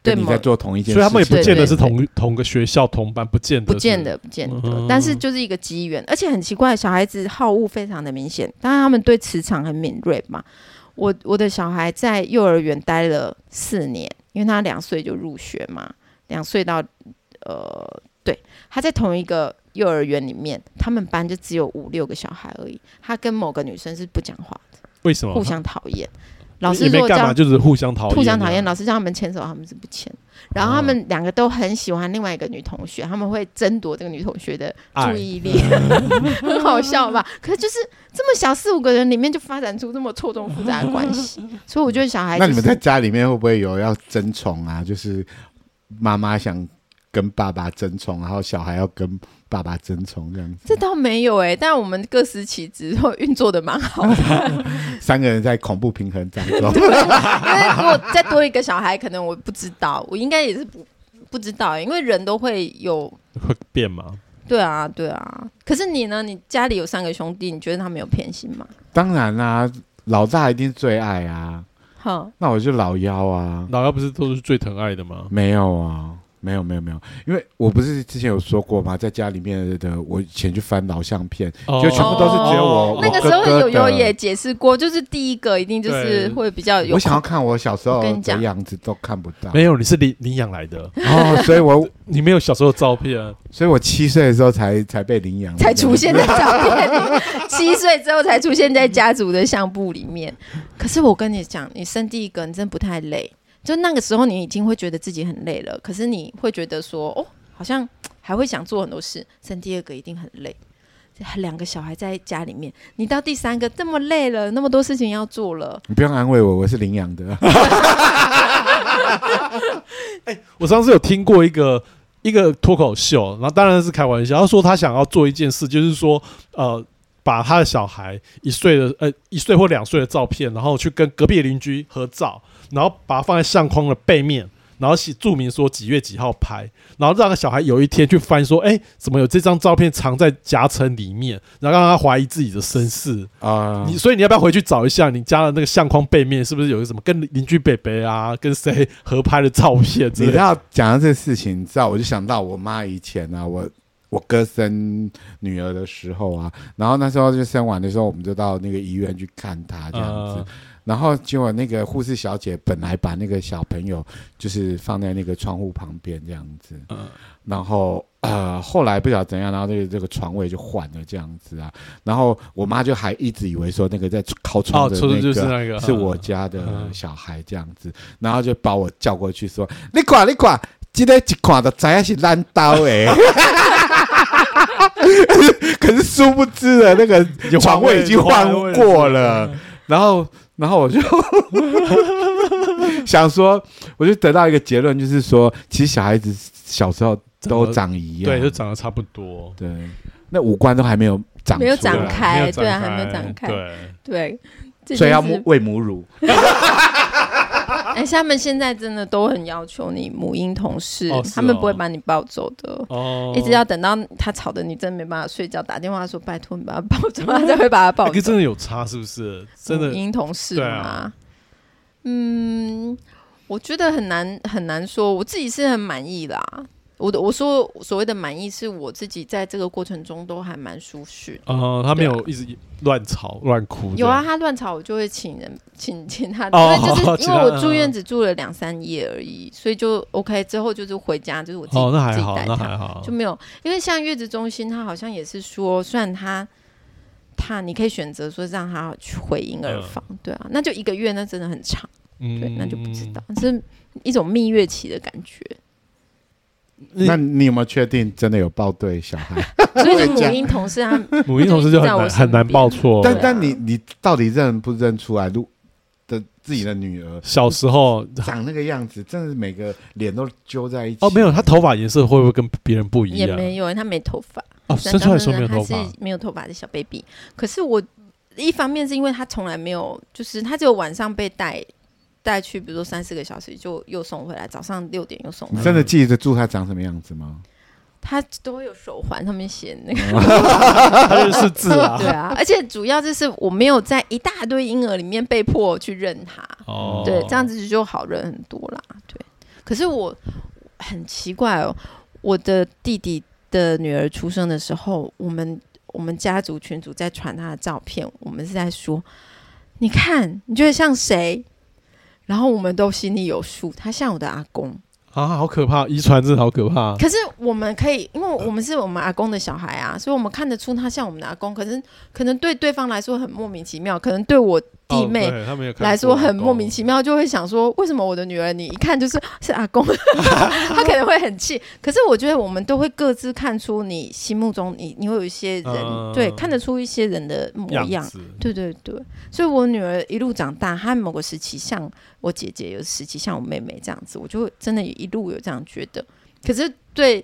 S1: 对
S3: 跟你
S1: 某
S3: 在做同一件事
S2: 所以
S3: 情，
S2: 他们也不见得是
S1: 对对对
S2: 同同个学校同班，不见得，
S1: 不见。得，不见得，
S2: 嗯
S1: 但是就是一个机缘，而且很奇怪，小孩子好恶非常的明显，当然他们对磁场很敏锐嘛。我我的小孩在幼儿园待了四年，因为他两岁就入学嘛，两岁到呃，对，他在同一个幼儿园里面，他们班就只有五六个小孩而已，他跟某个女生是不讲话的，
S2: 为什么？
S1: 互相讨厌。老师
S2: 哦 *laughs* 你
S1: 说
S2: 没
S1: 叫
S2: 干嘛，就是互相讨厌，啊
S3: 啊
S1: 互相讨厌，。老师叫他们牵手，他们是不牵。然后他们两个都很喜欢另外一个女同学，他们会争夺这个女同学的注意力， *laughs* 很好笑吧？可是就是这么小四五个人里面就发展出这么错综复杂的关
S3: *laughs*
S1: 系，所以我觉得小孩、就
S3: 那
S1: 是、
S3: 你们在家里面会不会有要争宠啊？就是妈妈想跟爸爸争宠，然后小孩要跟爸爸争宠，这样
S1: *laughs*
S3: 子，
S1: 这倒没有哎、但我们各司其职，然后运作的蛮好
S3: *laughs*
S1: 的。
S3: 三个人在恐怖平衡当中。
S1: *laughs* 因为如果再多一个小孩，可能我不知道，我应该也是不不知道、欸因为人都会有。
S2: 会变吗？
S1: 对啊，对啊。可是你呢？你家里有三个兄弟，你觉得他们有偏心吗？
S3: 当然啦、老大一定最爱啊，
S1: 哼。
S3: 那我就老幺啊，
S2: 老幺不是都是最疼爱的吗？
S3: 没有啊，没有没有没有，因为我不是之前有说过吗？在家里面的我以前去翻老相片，
S2: 哦
S3: 就全部都是只有我
S2: 哦
S1: 那个时
S3: 我哥哥
S1: 候
S3: 的
S1: 有有也解释过，就是第一个一定就是
S2: 对
S1: 会比较呃有
S3: 我想要看我小时候
S1: 我跟你
S3: 的
S1: 讲
S3: 样子都看不到，
S2: 没有，你是领领养来的，
S3: 哦，所以我
S2: 你没有小时候的照片啊。
S3: 所以我七岁的时候才才被领养，
S1: 才出现在照片里，七岁之后才出现在家族的相簿里
S3: *laughs*
S1: 面。可是我跟你讲，你生第一个，你真不太累。就那个时候，你已经会觉得自己很累了，可是你会觉得说，哦，好像还会想做很多事。生第二个一定很累，两个小孩在家里面，你到第三个这么累了，那么多事情要做了，
S3: 你不用安慰我，我是领养
S2: *laughs*
S3: 的。
S2: 我上次有听过一个一个脱口秀，然后当然是开玩笑，他说他想要做一件事，就是说呃。把他的小孩一岁的呃一岁或两岁的照片，然后去跟隔壁的邻居合照，然后把它放在相框的背面，然后写注明说几月几号拍，然后让小孩有一天去翻说，哎，怎么有这张照片藏在夹层里面，然后让他怀疑自己的身世。
S3: 啊、
S2: 你所以你要不要回去找一下你家的那个相框背面是不是有一个什么跟邻居北北啊，跟谁合拍的照片之类
S3: 你知
S2: 的？
S3: 道讲到这事情，你知道我就想到我妈以前啊，我我哥生女儿的时候啊，然后那时候就生完的时候，我们就到那个医院去看她这样子，
S2: 嗯
S3: 然后结果那个护士小姐本来把那个小朋友就是放在那个窗户旁边这样子，
S2: 嗯
S3: 然后呃后来不晓得怎样，然后这个这个床位就换了这样子啊，然后我妈就还一直以为说那个在靠窗
S2: 哦，
S3: 的
S2: 初中
S3: 那
S2: 就是
S3: 个。
S2: 那 *laughs* 个，
S3: 是我家的
S2: 嗯
S3: 小孩这样子，然后就把我叫过去说：“你管你管，今天一看的咱是烂刀哎。” *laughs* 可是殊不知的那个
S2: 已经换
S3: 床位已经换过
S2: *laughs*
S3: 了，然后然后我就 *laughs* 想说，我就得到一个结论，就是说，其实小孩子小时候都长一样，
S2: 对，就长得差不多，
S3: 对，那五官都还没有长出
S1: 没
S3: 来，
S1: 有长开
S2: 没有
S1: 对啊还没有长开
S2: 对，
S1: 对。这
S3: 所以要
S1: 就是
S3: 喂母乳。
S1: *laughs* 哎、他们现在真的都很要求你母婴同事，
S2: 哦是
S1: 他们
S2: 哦
S1: 不会把你抱走的。
S2: 哦，
S1: 一直要等到他吵得你真没办法睡觉，打电话说拜托你把他抱走，他才会把他抱
S2: 那个
S1: 走。
S2: 真的有差，哎是不是？真的
S1: 母婴同事
S2: 对
S1: 嘛，
S2: 啊
S1: 嗯，我觉得很难很难说，我自己是很满意啦。我的我说所谓的满意，是我自己在这个过程中都还蛮舒适的。
S2: 哦，他没有
S1: 对啊
S2: 一直乱吵乱哭，
S1: 有啊，，他乱吵，我就会请人 *laughs* 请请他，
S2: 哦
S1: 因为就是因
S2: 请他嗯
S1: 为我住院只住了两三夜而已，所以就 OK。之后就是回家，就是我自己、
S2: 哦，那
S1: 自
S2: 还
S1: 己
S2: 好，
S1: 带
S2: 那
S1: 他
S2: 还好
S1: 就，没有，因为像月子中心，他好像也是说，虽然他他你可以选择说让他去回婴儿房，对啊，那就一个月，那真的很长，对，
S2: 嗯
S1: 那就不知道，是一种蜜月期的感
S2: *laughs*
S1: 觉。
S3: 那你有没有确定真的有抱对小孩？
S1: 所以母婴同
S2: *laughs*
S1: 事他们
S2: 母婴同事就很
S1: 在我
S2: 难
S1: 身
S2: 很难
S1: 边
S2: 报错，
S3: 但
S1: 对啊
S3: 但你你到底认不认出来如的自己的女儿
S2: 小时候
S3: 长那个样子？真的是每个脸都揪在一起。
S2: 哦，没有，他头发颜色会不会跟别人不一
S1: 也
S2: 样？
S1: 没有，他没头发，
S2: 哦，
S1: 虽
S2: 生
S1: 然
S2: 出来的时
S1: 他
S2: 候
S1: 们
S2: 没有头
S1: 还
S2: 发，
S1: 是没有头发的小 baby，可是我一方面是因为他从来没有，就是他只有晚上被带。带去，比如说三四个小时就又送回来，早上六点又送回
S3: 你
S2: 嗯
S1: 来。
S3: 真的记得住她长什么样子吗？
S1: 他都会有手环，上面写那个
S2: *laughs* 他就是字啊
S1: 对。啊，而且主要就是我没有在一大堆婴儿里面被迫去认他，*laughs*
S2: 哦
S1: 对，这样子就好认很多啦。对，可是我很奇怪哦，我的弟弟的女儿出生的时候，我们我们家族群组在传他的照片，我们是在说，你看你觉得像谁？然后我们都心里有数，他像我的阿公。
S2: 啊，好可怕！遗传真的好可怕。
S1: 可是我们可以，因为我们是我们阿公的小孩啊，所以我们看得出他像我们的阿公。可是可能对对方来说很莫名其妙，可能对我弟妹
S2: 哦对他没有看过哦
S1: 来说很莫名其妙，就会想说为什么我的女儿你一看就是是阿
S2: *laughs*
S1: 公， *laughs* 他可能会很气。可是我觉得我们都会各自看出你心目中你你会有一些人、
S2: 嗯
S1: 对看得出一些人的模样。
S2: 样子。
S1: 对对对，所以我女儿一路长大，她某个时期像我姐姐，有时期像我妹妹这样子，我就真的一路有这样觉得。可是对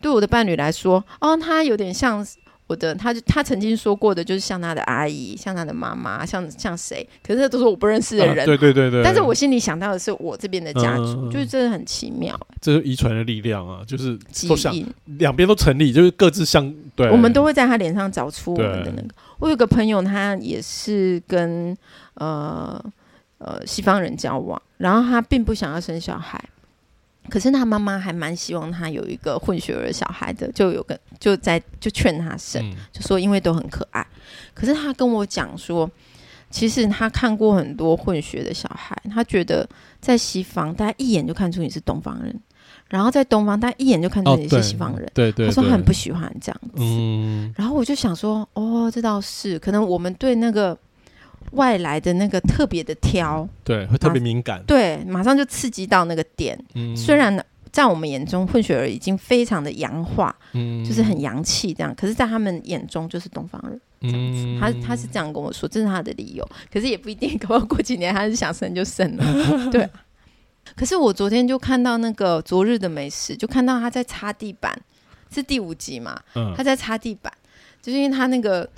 S1: 对我的伴侣来说，哦，她有点像我的，她就她曾经说过的，就是像她的阿姨，像她的妈妈，像像谁？可是这都是我不认识的人。
S2: 啊对对对对。
S1: 但是我心里想到的是我这边的家族，
S2: 嗯
S1: 就是真的很奇妙，
S2: 这是遗传的力量啊，就是
S1: 基
S2: 都想
S1: 因。
S2: 两边都成立，就是各自相对。嗯
S1: 我们都会在他脸上找出我们的
S2: 对
S1: 那个。我有个朋友，他也是跟呃呃西方人交往，然后他并不想要生小孩，可是他妈妈还蛮希望他有一个混血儿小孩的，就有个就在就劝他生，
S2: 嗯
S1: 就说因为都很可爱。可是他跟我讲说，其实他看过很多混血的小孩，他觉得在西方，大家一眼就看出你是东方人，然后在东方，大家一眼就看出
S2: 哦，
S1: 你
S2: 对
S1: 是西方人。
S2: 对对，
S1: 他说
S2: 对
S1: 他很不喜欢这样子。
S2: 嗯，
S1: 然后我就想说，哦，这倒是，可能我们对那个外来的那个特别的挑，
S2: 对，会特别敏感。
S1: 对，马上就刺激到那个点。
S2: 嗯，
S1: 虽然在我们眼中，混血儿已经非常的洋化，
S2: 嗯
S1: 就是很洋气这样，可是，在他们眼中就是东方人这样子。
S2: 嗯
S1: 他他是这样跟我说，这是他的理由。可是也不一定，搞不好过几年他是想生就生
S2: *laughs*
S1: 了，对。可是我昨天就看到那个《昨日的美食》，就看到他在擦地板，是第五集嘛？
S2: 嗯
S1: 他在擦地板，就是因为他那个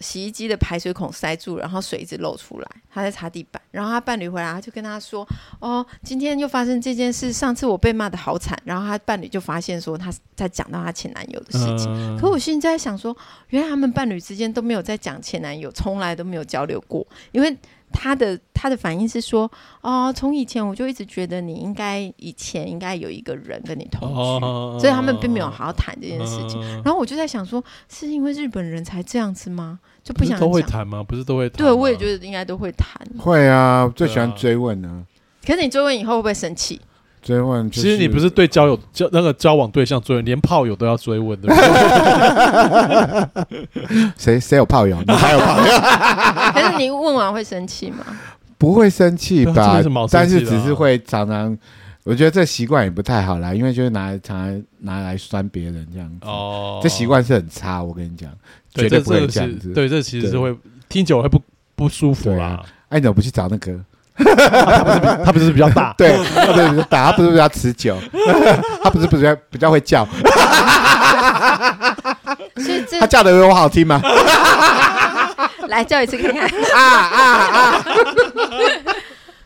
S1: 洗衣机的排水孔塞住，然后水一直漏出来，他在擦地板。然后他伴侣回来，他就跟他说：“哦，今天又发生这件事，上次我被骂的好惨。”然后他伴侣就发现说他在讲到他前男友的事情。
S2: 嗯
S1: 可我现在想说，原来他们伴侣之间都没有在讲前男友，从来都没有交流过，因为他的他的反应是说，哦，从以前我就一直觉得你应该以前应该有一个人跟你同居，
S2: 哦
S1: 所以他们并没有好好谈这件事情。
S2: 嗯
S1: 然后我就在想说，是因为日本人才这样子吗？就不
S2: 是
S1: 想
S2: 都会
S1: 讲。
S2: 谈吗？不是都会谈吗？
S1: 对，我也觉得应该都会谈。
S3: 会啊，最喜欢
S2: 对啊
S3: 追问呢、
S1: 可是你追问以后会不会生气？
S3: 追问、就
S2: 其实你不是对交友交那个交往对象追问，连炮友都要追问 *laughs* 的。
S3: 谁谁有炮友，你还有炮友， *laughs*
S1: 可是你问完会生气吗？
S3: 不会生气
S2: 对啊这
S3: 吧
S2: 个是蛮？
S3: 但
S2: 生气
S3: 是
S2: 的啊
S3: 只是会常常，我觉得这习惯也不太好啦，因为就是拿来常常拿来酸别人这样子。
S2: 哦，
S3: 这习惯是很差，我跟你讲，
S2: 对
S3: 绝对
S2: 这
S3: 不会
S2: 这
S3: 这样
S2: 是
S3: 子。
S2: 对，这其实是
S3: 对
S2: 会听久了会不不舒服啦。
S3: *laughs* 哎，你怎么不去找那个？，
S2: 他不是比较大
S3: 对，他不是打，他不是比较持久， *laughs* 他不是比较比较会叫，
S1: 所以这
S3: 他叫的有我好听吗？
S1: *laughs* 来叫一次看
S3: *laughs*
S1: 看。
S3: 啊啊啊！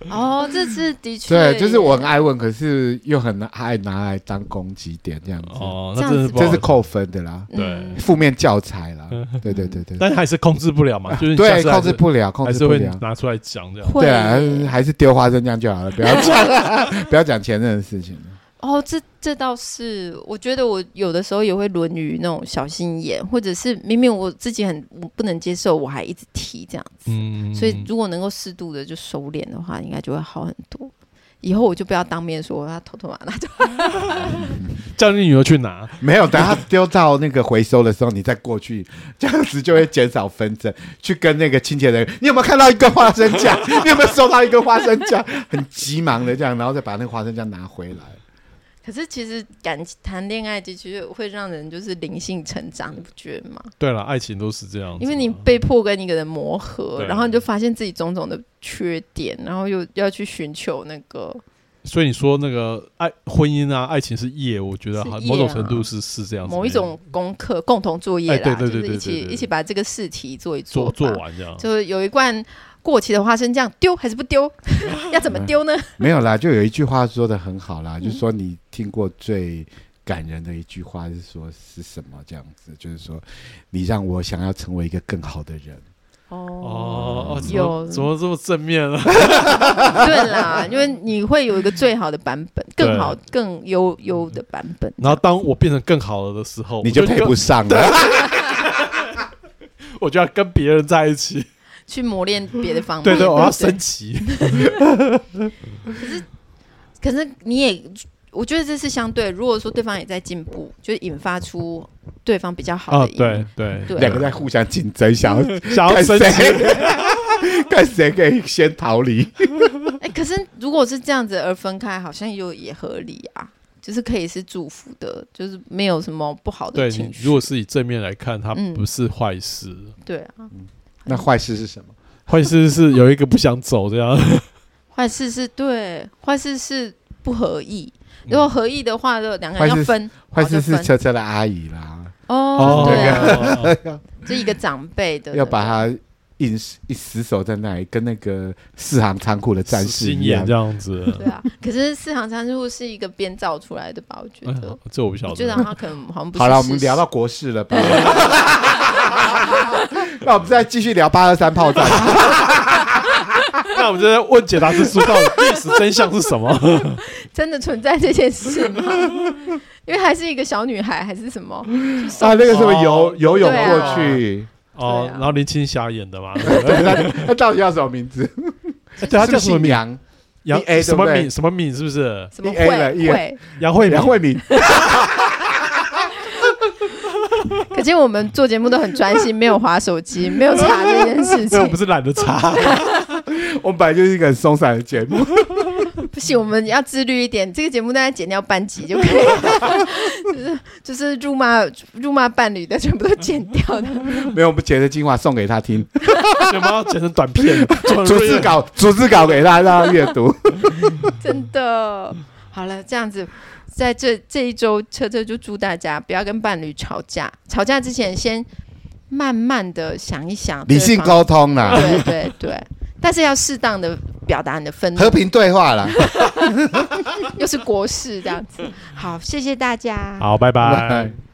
S1: 哦，这次的确耶，
S3: 对，就是我很爱问，可是又很爱拿来当攻击点这样子，
S2: *laughs* 哦，
S1: 这
S2: 那
S1: 样
S2: 真
S1: 子
S2: 是不好
S3: 这是扣分的啦，
S1: 嗯，
S3: 负面教材
S2: *laughs*
S3: 啦。对对对对，
S2: 但是还是控制不了
S3: *laughs*
S2: 嘛，就是你下
S3: 对
S2: 次
S3: 控
S2: 还是
S3: 制不了，控
S2: 还
S3: 制
S2: 是
S3: 不
S2: 会
S3: 了。
S2: 拿出来讲
S1: *laughs*
S2: 这样。
S1: 会
S3: 对啊，还
S1: 耶
S3: 是还是丢花生酱就好了，不要讲， *laughs* 不要讲前任的事情了。
S1: 哦，这这倒是，我觉得我有的时候也会沦于那种小心眼，或者是明明我自己很我不能接受，我还一直提这样子。
S2: 嗯，
S1: 所以如果能够适度的就收敛的话，应该就会好很多。以后我就不要当面说，他偷偷拿拿走。
S2: 叫你女儿去拿，
S3: 没有，等他丢到那个回收的时候，你再过去，这样子就会减少纷争。去跟那个清洁人员，你有没有看到一根花生酱？你有没有收到一根花生酱？很急忙的这样，然后再把那个花生酱拿回来。
S1: 可是其实感谈恋爱的确会让人就是灵性成长，你不觉得吗？
S2: 对了，爱情都是这样子嘛，
S1: 因为你被迫跟一个人磨合，
S2: 对
S1: 然后你就发现自己种种的缺点，然后又要去寻求那个
S2: 所以你说那个爱婚姻啊，爱情是业，我觉得
S1: 是
S2: 好
S1: 业
S2: 某种
S1: 啊
S2: 程度是是这样子，
S1: 某一种功课、共同作业
S2: 哎
S1: 啦，
S2: 对对
S1: 就
S2: 对
S1: 是
S2: 对
S1: 一起
S2: 对对
S1: 一起把这个试题做一
S2: 做
S1: 吧
S2: 做，完这样。
S1: 就是有一罐过期的花生酱丢还是不丢， *laughs* 要怎么丢呢？
S3: 没有啦，就有一句话说的很好
S2: 嗯
S3: 啦，就说你听过最感人的一句话是说是什么？这样子就是说，你让我想要成为一个更好的人。
S2: 哦，哦怎
S1: 嗯
S2: 么
S1: 有
S2: 怎么这么正面啊？ *laughs*
S1: 对啦，因为你会有一个最好的版本，
S2: 对
S1: 更好、更优优的版本。
S2: 然后当我变成更好了的时候，
S3: 你就
S2: 哦我
S3: 配
S2: 跟
S3: 不上啊了。
S2: 我就要跟别人在一起。
S1: 去磨练别的方面。
S2: 对对，
S1: 不
S2: 我要升级。
S1: 可是你也，我觉得这是相对。如果说对方也在进步，就引发出对方比较好
S2: 啊，
S1: 的一面。
S2: 对对
S1: 对
S3: 两个在互相竞争，想要
S2: *laughs* 想要
S3: 看
S2: 升
S3: *laughs*
S2: 级，
S3: 谁看谁可以先逃离。
S1: 哎、可是如果是这样子而分开，好像又也合理啊，就是可以是祝福的，就是没有什么不好
S2: 对
S1: 的情
S2: 你
S1: 绪。
S2: 如果是以正面来看，它
S1: 嗯
S2: 不是坏事，
S1: 对啊，
S3: 那坏事是什么？
S2: 坏事是有一个不想走这样。
S1: 坏事是对，坏事是不合意。如果合意的话，就两个
S3: 坏
S1: 人要
S3: 事是
S1: 分
S3: 坏事是
S1: 好就分
S3: 车车的阿姨啦，
S2: *laughs*
S1: 哦，对啊，
S3: *laughs*
S2: 哦，
S1: 这一个长辈的
S3: 要把她硬一死守在那里，跟那个四行仓库的战士
S2: 心
S3: 一
S2: 眼
S3: 样
S2: 这。样子
S1: 对。啊。可是四行参数是一个编造出来的吧？我觉
S2: 哎
S1: 得，
S2: 这我不晓
S1: 我觉得
S2: 得。
S1: 他可能好像不是
S3: 好了，我们
S1: 事实
S3: 聊到国事了吧？ *laughs* 那我们再继续聊八二三炮战。
S2: 那我们就在问解答之书到底历史真相是什么？
S1: 啊真的存在这件事吗？ *laughs* 因为还是一个小女孩，还是什么？
S3: 啊，那个什么游
S2: 哦
S3: 游泳
S1: 对
S3: 过
S1: 啊
S3: 去，
S2: *laughs* 哦，
S1: 对啊
S2: 然后林青霞演
S3: *laughs*
S2: 的嘛，
S3: 对，他他到底叫什么名字？
S2: 哎对，她
S3: 是
S2: 叫什
S3: 不是
S2: 么
S3: 姓
S2: 名？
S3: 杨？
S2: 杨
S3: 一 A，
S2: 什么
S3: 对不对
S2: 敏？什么敏？是不是
S1: 什么
S3: 一 A 了一
S1: 会
S3: A
S1: 会？
S2: 杨慧敏？
S3: 杨慧敏，
S1: 可见我们做节目都很专心，没有划手机，没有查这件事
S3: *laughs*
S2: 因为我们
S1: 情。
S2: 是懒
S1: *laughs*
S2: 得查。
S3: 我们本来就是一个很松散的节
S2: *laughs*
S3: 目，
S1: 不行，我们要自律一点。这个节目大概剪掉半集就可以了， *laughs* 就是就是辱骂辱骂伴侣的全部都剪掉的。 *laughs*
S3: 没有我们剪的精华送给他听，
S2: 有没有剪成短
S3: *laughs*
S2: 片？
S3: 逐字稿逐字稿给他让他阅读。
S1: 真的。好了，这样子，在这这一周，车车就祝大家不要跟伴侣吵架。吵架之前，先慢慢的想一想，
S3: 理性
S1: 高。
S3: 沟通啦，
S1: 对对对，但是要适当的表达你的愤怒，
S3: 和平对话啦。
S1: 又是国事这样子。好，谢谢大家。
S2: 好，拜拜
S3: 拜。